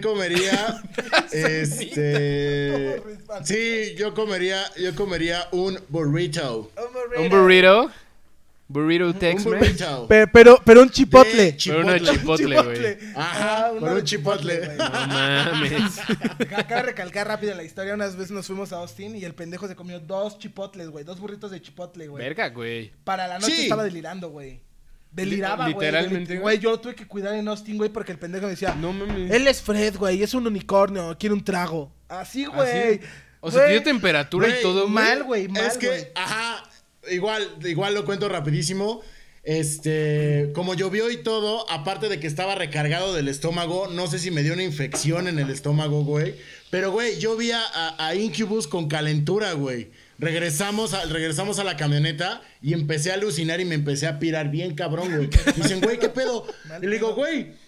[laughs]
comería? este. Sí, yo comería, yo comería un burrito.
¿Un burrito? ¿Burrito
Un
Tex-Mex?
burrito.
Pero, pero, pero un
De
chipotle.
Pero uno de
chipotle.
chipotle, Ah, güey.
Ajá,
uno
por
de [laughs]
un chipotle.
güey.
No mames.
Acaba de recalcar rápido la historia. Unas veces nos fuimos a Austin y el pendejo se comió dos chipotles, güey. Dos burritos de chipotle, güey.
Verga, güey.
Para la noche
Sí.
estaba delirando, güey. Deliraba, güey.
Literalmente,
Delir-
güey.
Güey, yo lo tuve que cuidar en Austin, güey, porque el pendejo me decía...
No mames.
Él es Fred, güey. Es un unicornio. Quiere un trago.
¿Ah,
Así, güey.
O sea, te
Güey,
dio temperatura y
Güey,
todo, güey.
Mal, güey. Mal,
es que,
güey.
ajá, igual, igual lo cuento rapidísimo. Este, como llovió y todo, aparte de que estaba recargado del estómago, no sé si me dio una infección en el estómago, güey. Pero, güey, yo vi a, a- a Incubus con calentura, güey. Regresamos a, regresamos a la camioneta y empecé a alucinar y me empecé a pirar bien cabrón,
[laughs]
güey. Dicen, güey, ¿qué pedo? Y le digo, güey,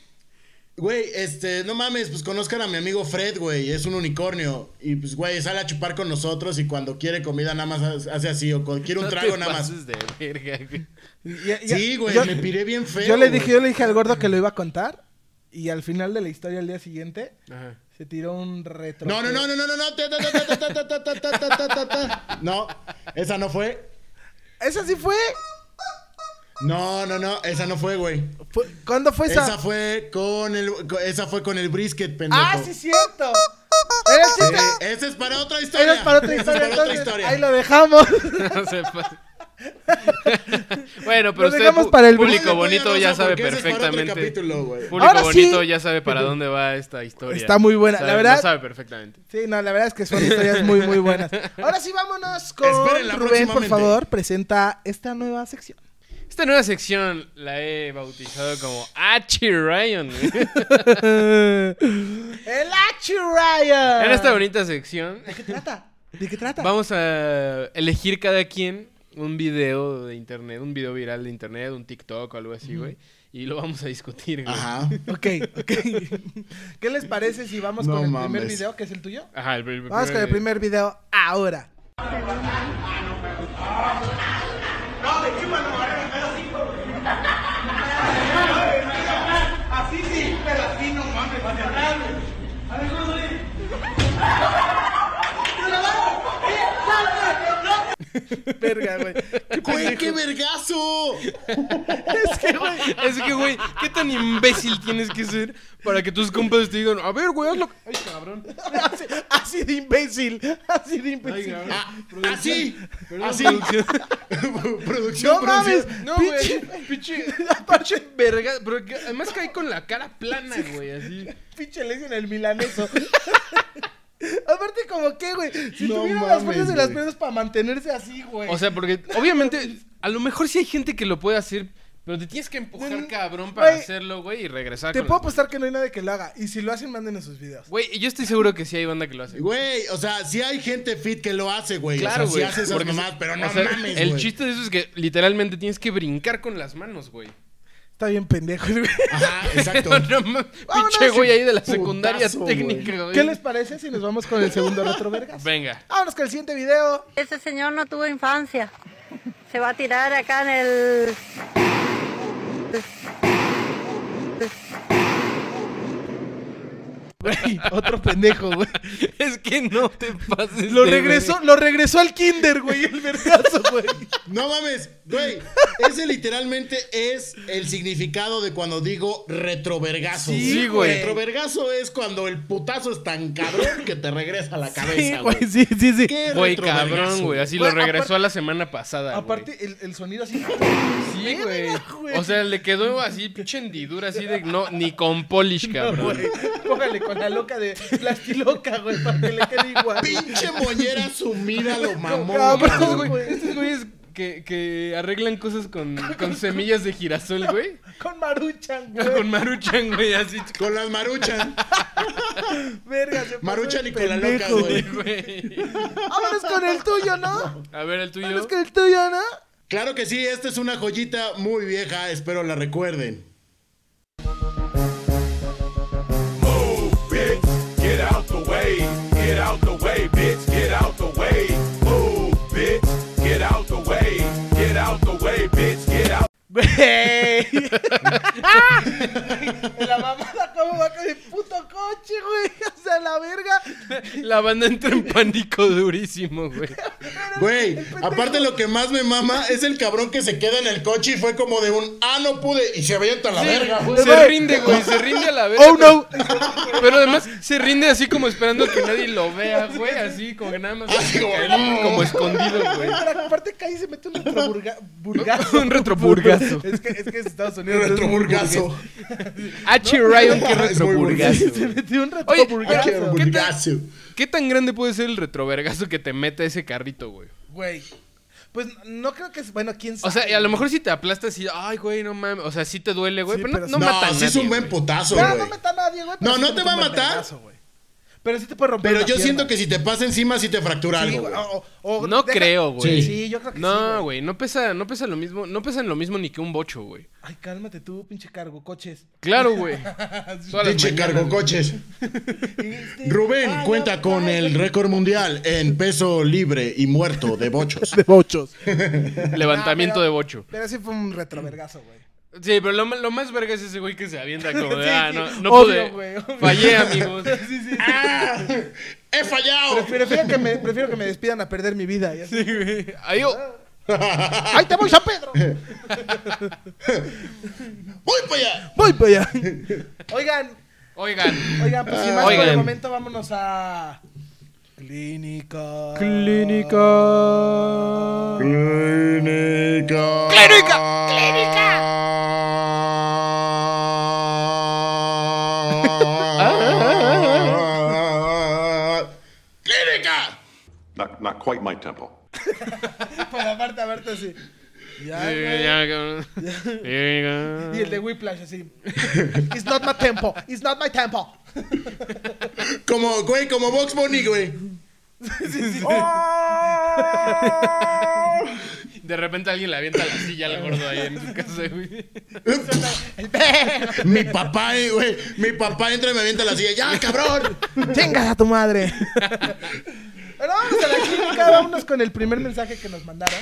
Güey, este, no mames, pues conozcan a mi amigo Fred, güey, es un unicornio. Y pues, güey, sale a chupar con nosotros y cuando quiere comida nada más hace así, o cuando quiere un
No te
trago nada más.
pases de verga, güey.
Y- y-
Sí, güey,
yo-
me piré bien feo.
Yo le dije,
güey.
yo le dije al gordo que lo iba a contar. Y al final de la historia, al día siguiente,
Ajá.
se tiró un retro.
No, no, no, no, no, no, no, ta, ta, ta, ta, ta, ta, ta, ta, ta, ta, ta, ta. No, esa no fue.
¿Esa sí fue?
No, no, no, esa no fue, güey.
Fue- ¿Cuándo fue esa?
Esa fue con el co- esa fue con el brisket, pendejo.
ah, sí, cierto. Era el chiste.
Eh, esa es para otra historia.
Era para otra
Esa es
historia,
para otra
entonces.
historia.
Ahí lo dejamos.
[laughs] No se pasa. bueno, pero
Lo
usted,
dejamos
pu-
para el
Ponle
público
polla
bonito,
rosa
ya sabe
porque ese es para otro
perfectamente.
capítulo, güey.
Público
Ahora sí.
bonito ya sabe para dónde va esta historia.
Está muy buena, la
Sabe-
verdad.
La sabe perfectamente.
Sí, no, la verdad es que son historias muy, muy buenas. Ahora sí, vámonos con
Espérenla
Rubén, por
próximamente.
favor, presenta esta nueva sección.
Esta nueva sección la he bautizado como Achi
[laughs]
Ryan. güey.
¡El H. Ryan!
en esta bonita sección
¿De qué trata? ¿De qué trata?
vamos a elegir cada quien un video de internet, un video viral de internet, un TikTok o algo así, güey. y lo vamos a discutir, güey. Ajá.
Ajá.
Ok, ok. [laughs] ¿Qué les parece si vamos
No
con el primer
mames.
video, que es el tuyo?
el, pri- pri-
Vamos con el primer video ahora. Verga, güey.
¡Güey, qué vergazo!
Es que, güey, es que, güey, ¿qué tan imbécil tienes que ser para que tus compas te digan, a ver, güey, hazlo? Ay, cabrón.
Así, así de imbécil. Así de imbécil.
cabrón.
Ah, Así. Así. Producción,
no mames.
producción.
No,
pinche-
güey, pinche,
[laughs]
pinche [laughs] verga, pero que además cae con la cara plana, güey, así.
Pinche le dicen el milaneso. Aparte, como que, güey. Si
No
tuvieran las
mames,
fuerzas de las
güey.
piernas para mantenerse así, güey.
O sea, porque obviamente, a lo mejor sí hay gente que lo puede hacer, pero te tienes que empujar
Mm,
cabrón para
güey,
hacerlo, güey, y regresar.
te
con
puedo
las-
apostar que no hay nadie que lo haga. Y si lo hacen, mándenos sus videos.
Güey, y yo estoy seguro que sí hay banda que lo hace.
Güey, o sea, sí hay gente fit que lo hace, güey.
Claro,
o sea,
güey.
sí hace esas
porque
mamadas,
se-
pero
o
no
sea,
mames,
El
güey.
chiste de eso es que literalmente tienes que brincar con las manos, güey.
Está bien pendejo, el güey. [laughs]
Ajá, Ah,
[laughs]
exacto.
No, no mames, pinche güey ahí de la secundaria
putazo,
técnica, güey.
¿Qué les parece si nos vamos con el segundo retro, vergas?
Venga.
Vámonos con el siguiente video.
Ese señor no tuvo infancia. Se va a tirar acá en el...
Güey, otro pendejo, güey.
[laughs] Es que no te pases.
Lo
de
regresó,
verga.
lo regresó al kinder, güey, el vergazo, güey.
No mames, güey. Ese literalmente es el significado de cuando digo retrovergazo.
Sí,
güey.
güey.
Retrovergazo es cuando el putazo es tan cabrón que te regresa a la
Sí,
cabeza, güey.
güey, sí, sí, sí.
Qué
Güey,
retrovergazo.
cabrón, güey. Así
Güey,
lo regresó
aparte-
a la semana pasada. güey.
Aparte, el, el sonido así. [laughs]
Sí, güey.
Verga, güey.
O sea, le quedó así, pinche hendidura, así de. No, ni con polish, cabrón.
Güey, póngale con la loca de plastiloca, güey, para que le quede igual.
Pinche moñera sumida lo mamón.
Cabrón,
Estos
cabrón,
güey-
güey.
Estos güeyes que, que arreglan cosas con, [laughs] con semillas de girasol, güey.
Con
[laughs]
maruchan, güey.
Con maruchan, güey, así.
Con las maruchan.
Verga, se pasó
Maruchan
de
y con la
pendejo,
loca, güey.
Güey.
Vámonos con el tuyo, [laughs] ¿no?
A ver, el tuyo.
Vámonos con el tuyo, ¿no?
Claro que sí, esta es una joyita muy vieja, espero la recuerden.
Move, bitch. Get out the way. Get out the way, bitch. Get out the way. Move, bitch. Get out the way. Get out the way, bitch. Get out.
Güey. la mamada, ¿cómo va con el puto coche, güey? [laughs] O sea, la verga.
La banda entra en pánico durísimo, güey. [laughs]
Güey,
Pues
aparte lo que más me mama es el cabrón que se queda en el coche y fue como de un, ah, no pude, y se avienta a la verga, güey.
Se rinde, güey, se rinde a la vez.
Oh, no.
Pero además se rinde así como esperando que nadie lo vea, güey. Así como que nada más.
Así como, "No".
Como escondido, güey.
[laughs] Güey, pero aparte cae y se mete un retroburga...
[laughs]
burgazo.
Un retroburgazo.
Es que es, que es Estados Unidos. entonces es muy
Retroburgazo.
H. Ryan, que
Es muy
retroburgazo.
burgués. Se [laughs] metió un
Oye,
ah.
retroburgazo.
¿qué tal-
Burgazo.
¿Qué tan grande puede ser el retrovergazo que te meta ese carrito, güey?
Güey. Pues no creo que es. Bueno, quién
O
sabe.
sea, y a lo mejor si te aplastas y, ay, güey, no mames. O sea, sí te duele, güey,
Sí,
pero no, no
pero
No,
mata a
sí es
nadie,
un buen
güey.
putazo,
No,
güey.
no mete a nadie, güey. pero
No,
sí
¿no
mete
te
un
va a
buen
matar?
vergazo, güey. pero sí te puede romper.
Pero
la
yo
pierna.
siento que si te pasa encima sí te fractura
Sí,
algo,
güey,
güey.
o- o- o
No
deja-
creo, güey.
Sí. yo creo que sí.
No, güey, no pesa, no pesa lo mismo, no pesan lo mismo ni que un bocho, güey.
Ay, cálmate tú, pinche cargo, coches.
Claro, güey. Todas las
Pinche
mañanas,
cargo
güey. [laughs]
coches.
Este-
Rubén
Ay,
cuenta
no,
pues".
con
ay,
el récord mundial en peso libre y muerto
[laughs]
de bochos.
De bochos.
Levantamiento
No, pero-
de bocho.
Pero sí fue un retrovergazo, güey.
Sí, pero lo, ma- lo más verga es ese güey que se avienta como de,
[laughs] Sí,
ah,
sí,
no, no pude.
obvio, güey, obvio. [laughs]
Fallé, amigos.
Sí, sí.
¡Ah! ¡He fallado!
Prefiero que, me, prefiero que me despidan a perder mi vida. ya sé.
Ay, oh,
¡Ahí te voy, San Pedro!
¡Voy para allá!
¡Voy para allá! Oigan, [laughs]
Oigan.
Oigan, pues sin más por el
Oigan.
momento, vámonos a. Clínica. [laughs]
Clínica. Clínica. Clínica. Clínica.
Not, not quite my tempo.
Para Marta, Marta, así. Ya,
Sí,
güey.
ya, cabrón.
Y el de Whiplash, [laughs] así. It's not my tempo. It's not my tempo.
Como, güey, como Box Bunny, güey.
¡Oh!
De repente alguien le avienta la silla al gordo ahí en su casa, güey.
Mi papá, eh, güey. Mi papá entra y me avienta la silla. ¡Ya, cabrón!
¡Chingas a tu madre! [laughs] Pero vámonos a la clínica, vámonos con el primer mensaje que nos mandaron.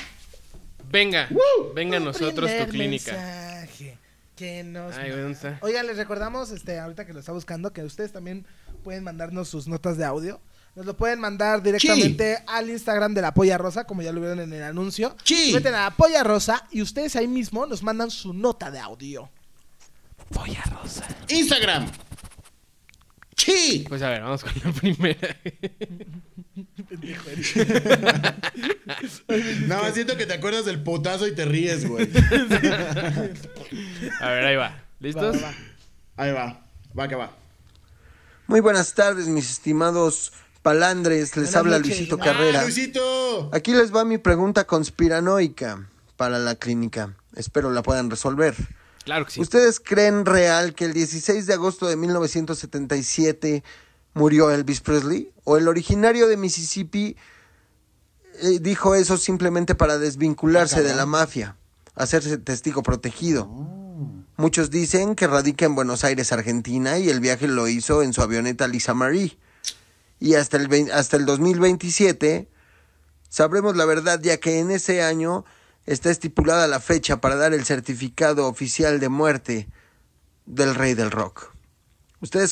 Venga, venga a nosotros tu
Primer
clínica.
Mensaje que nos
Ay, güey, ¿dónde está?
Oiga, les recordamos, este, ahorita que lo está buscando, que ustedes también pueden mandarnos sus notas de audio. Nos lo pueden mandar directamente al Instagram de la Polla Rosa, como ya lo vieron en el anuncio.
Sí.
Meten a la Polla Rosa y ustedes ahí mismo nos mandan su nota de audio.
Instagram. ¡Chi!
Pues a ver, vamos con la primera. [laughs]
No, siento que te acuerdas del putazo y te ríes, güey.
A ver, ahí va. ¿Listos?
Ahí va. Va que va.
Muy buenas tardes, mis estimados palandres. Les
Buenas
habla
noches.
Luisito
Ah,
Carrera.
Luisito!
Aquí les va mi pregunta conspiranoica para la clínica. Espero la puedan resolver.
Claro que sí.
¿Ustedes creen real que el 16 de agosto de 1977 murió Elvis Presley? ¿O el originario de Mississippi eh, dijo eso simplemente para desvincularse de la mafia, hacerse testigo protegido? Muchos dicen que radica en Buenos Aires, Argentina, y el viaje lo hizo en su avioneta Lisa Marie. Y hasta el, vein- hasta el 2027 Sabremos la verdad ya que en ese año está estipulada la fecha para dar el certificado oficial de muerte del rey del rock. ¿Ustedes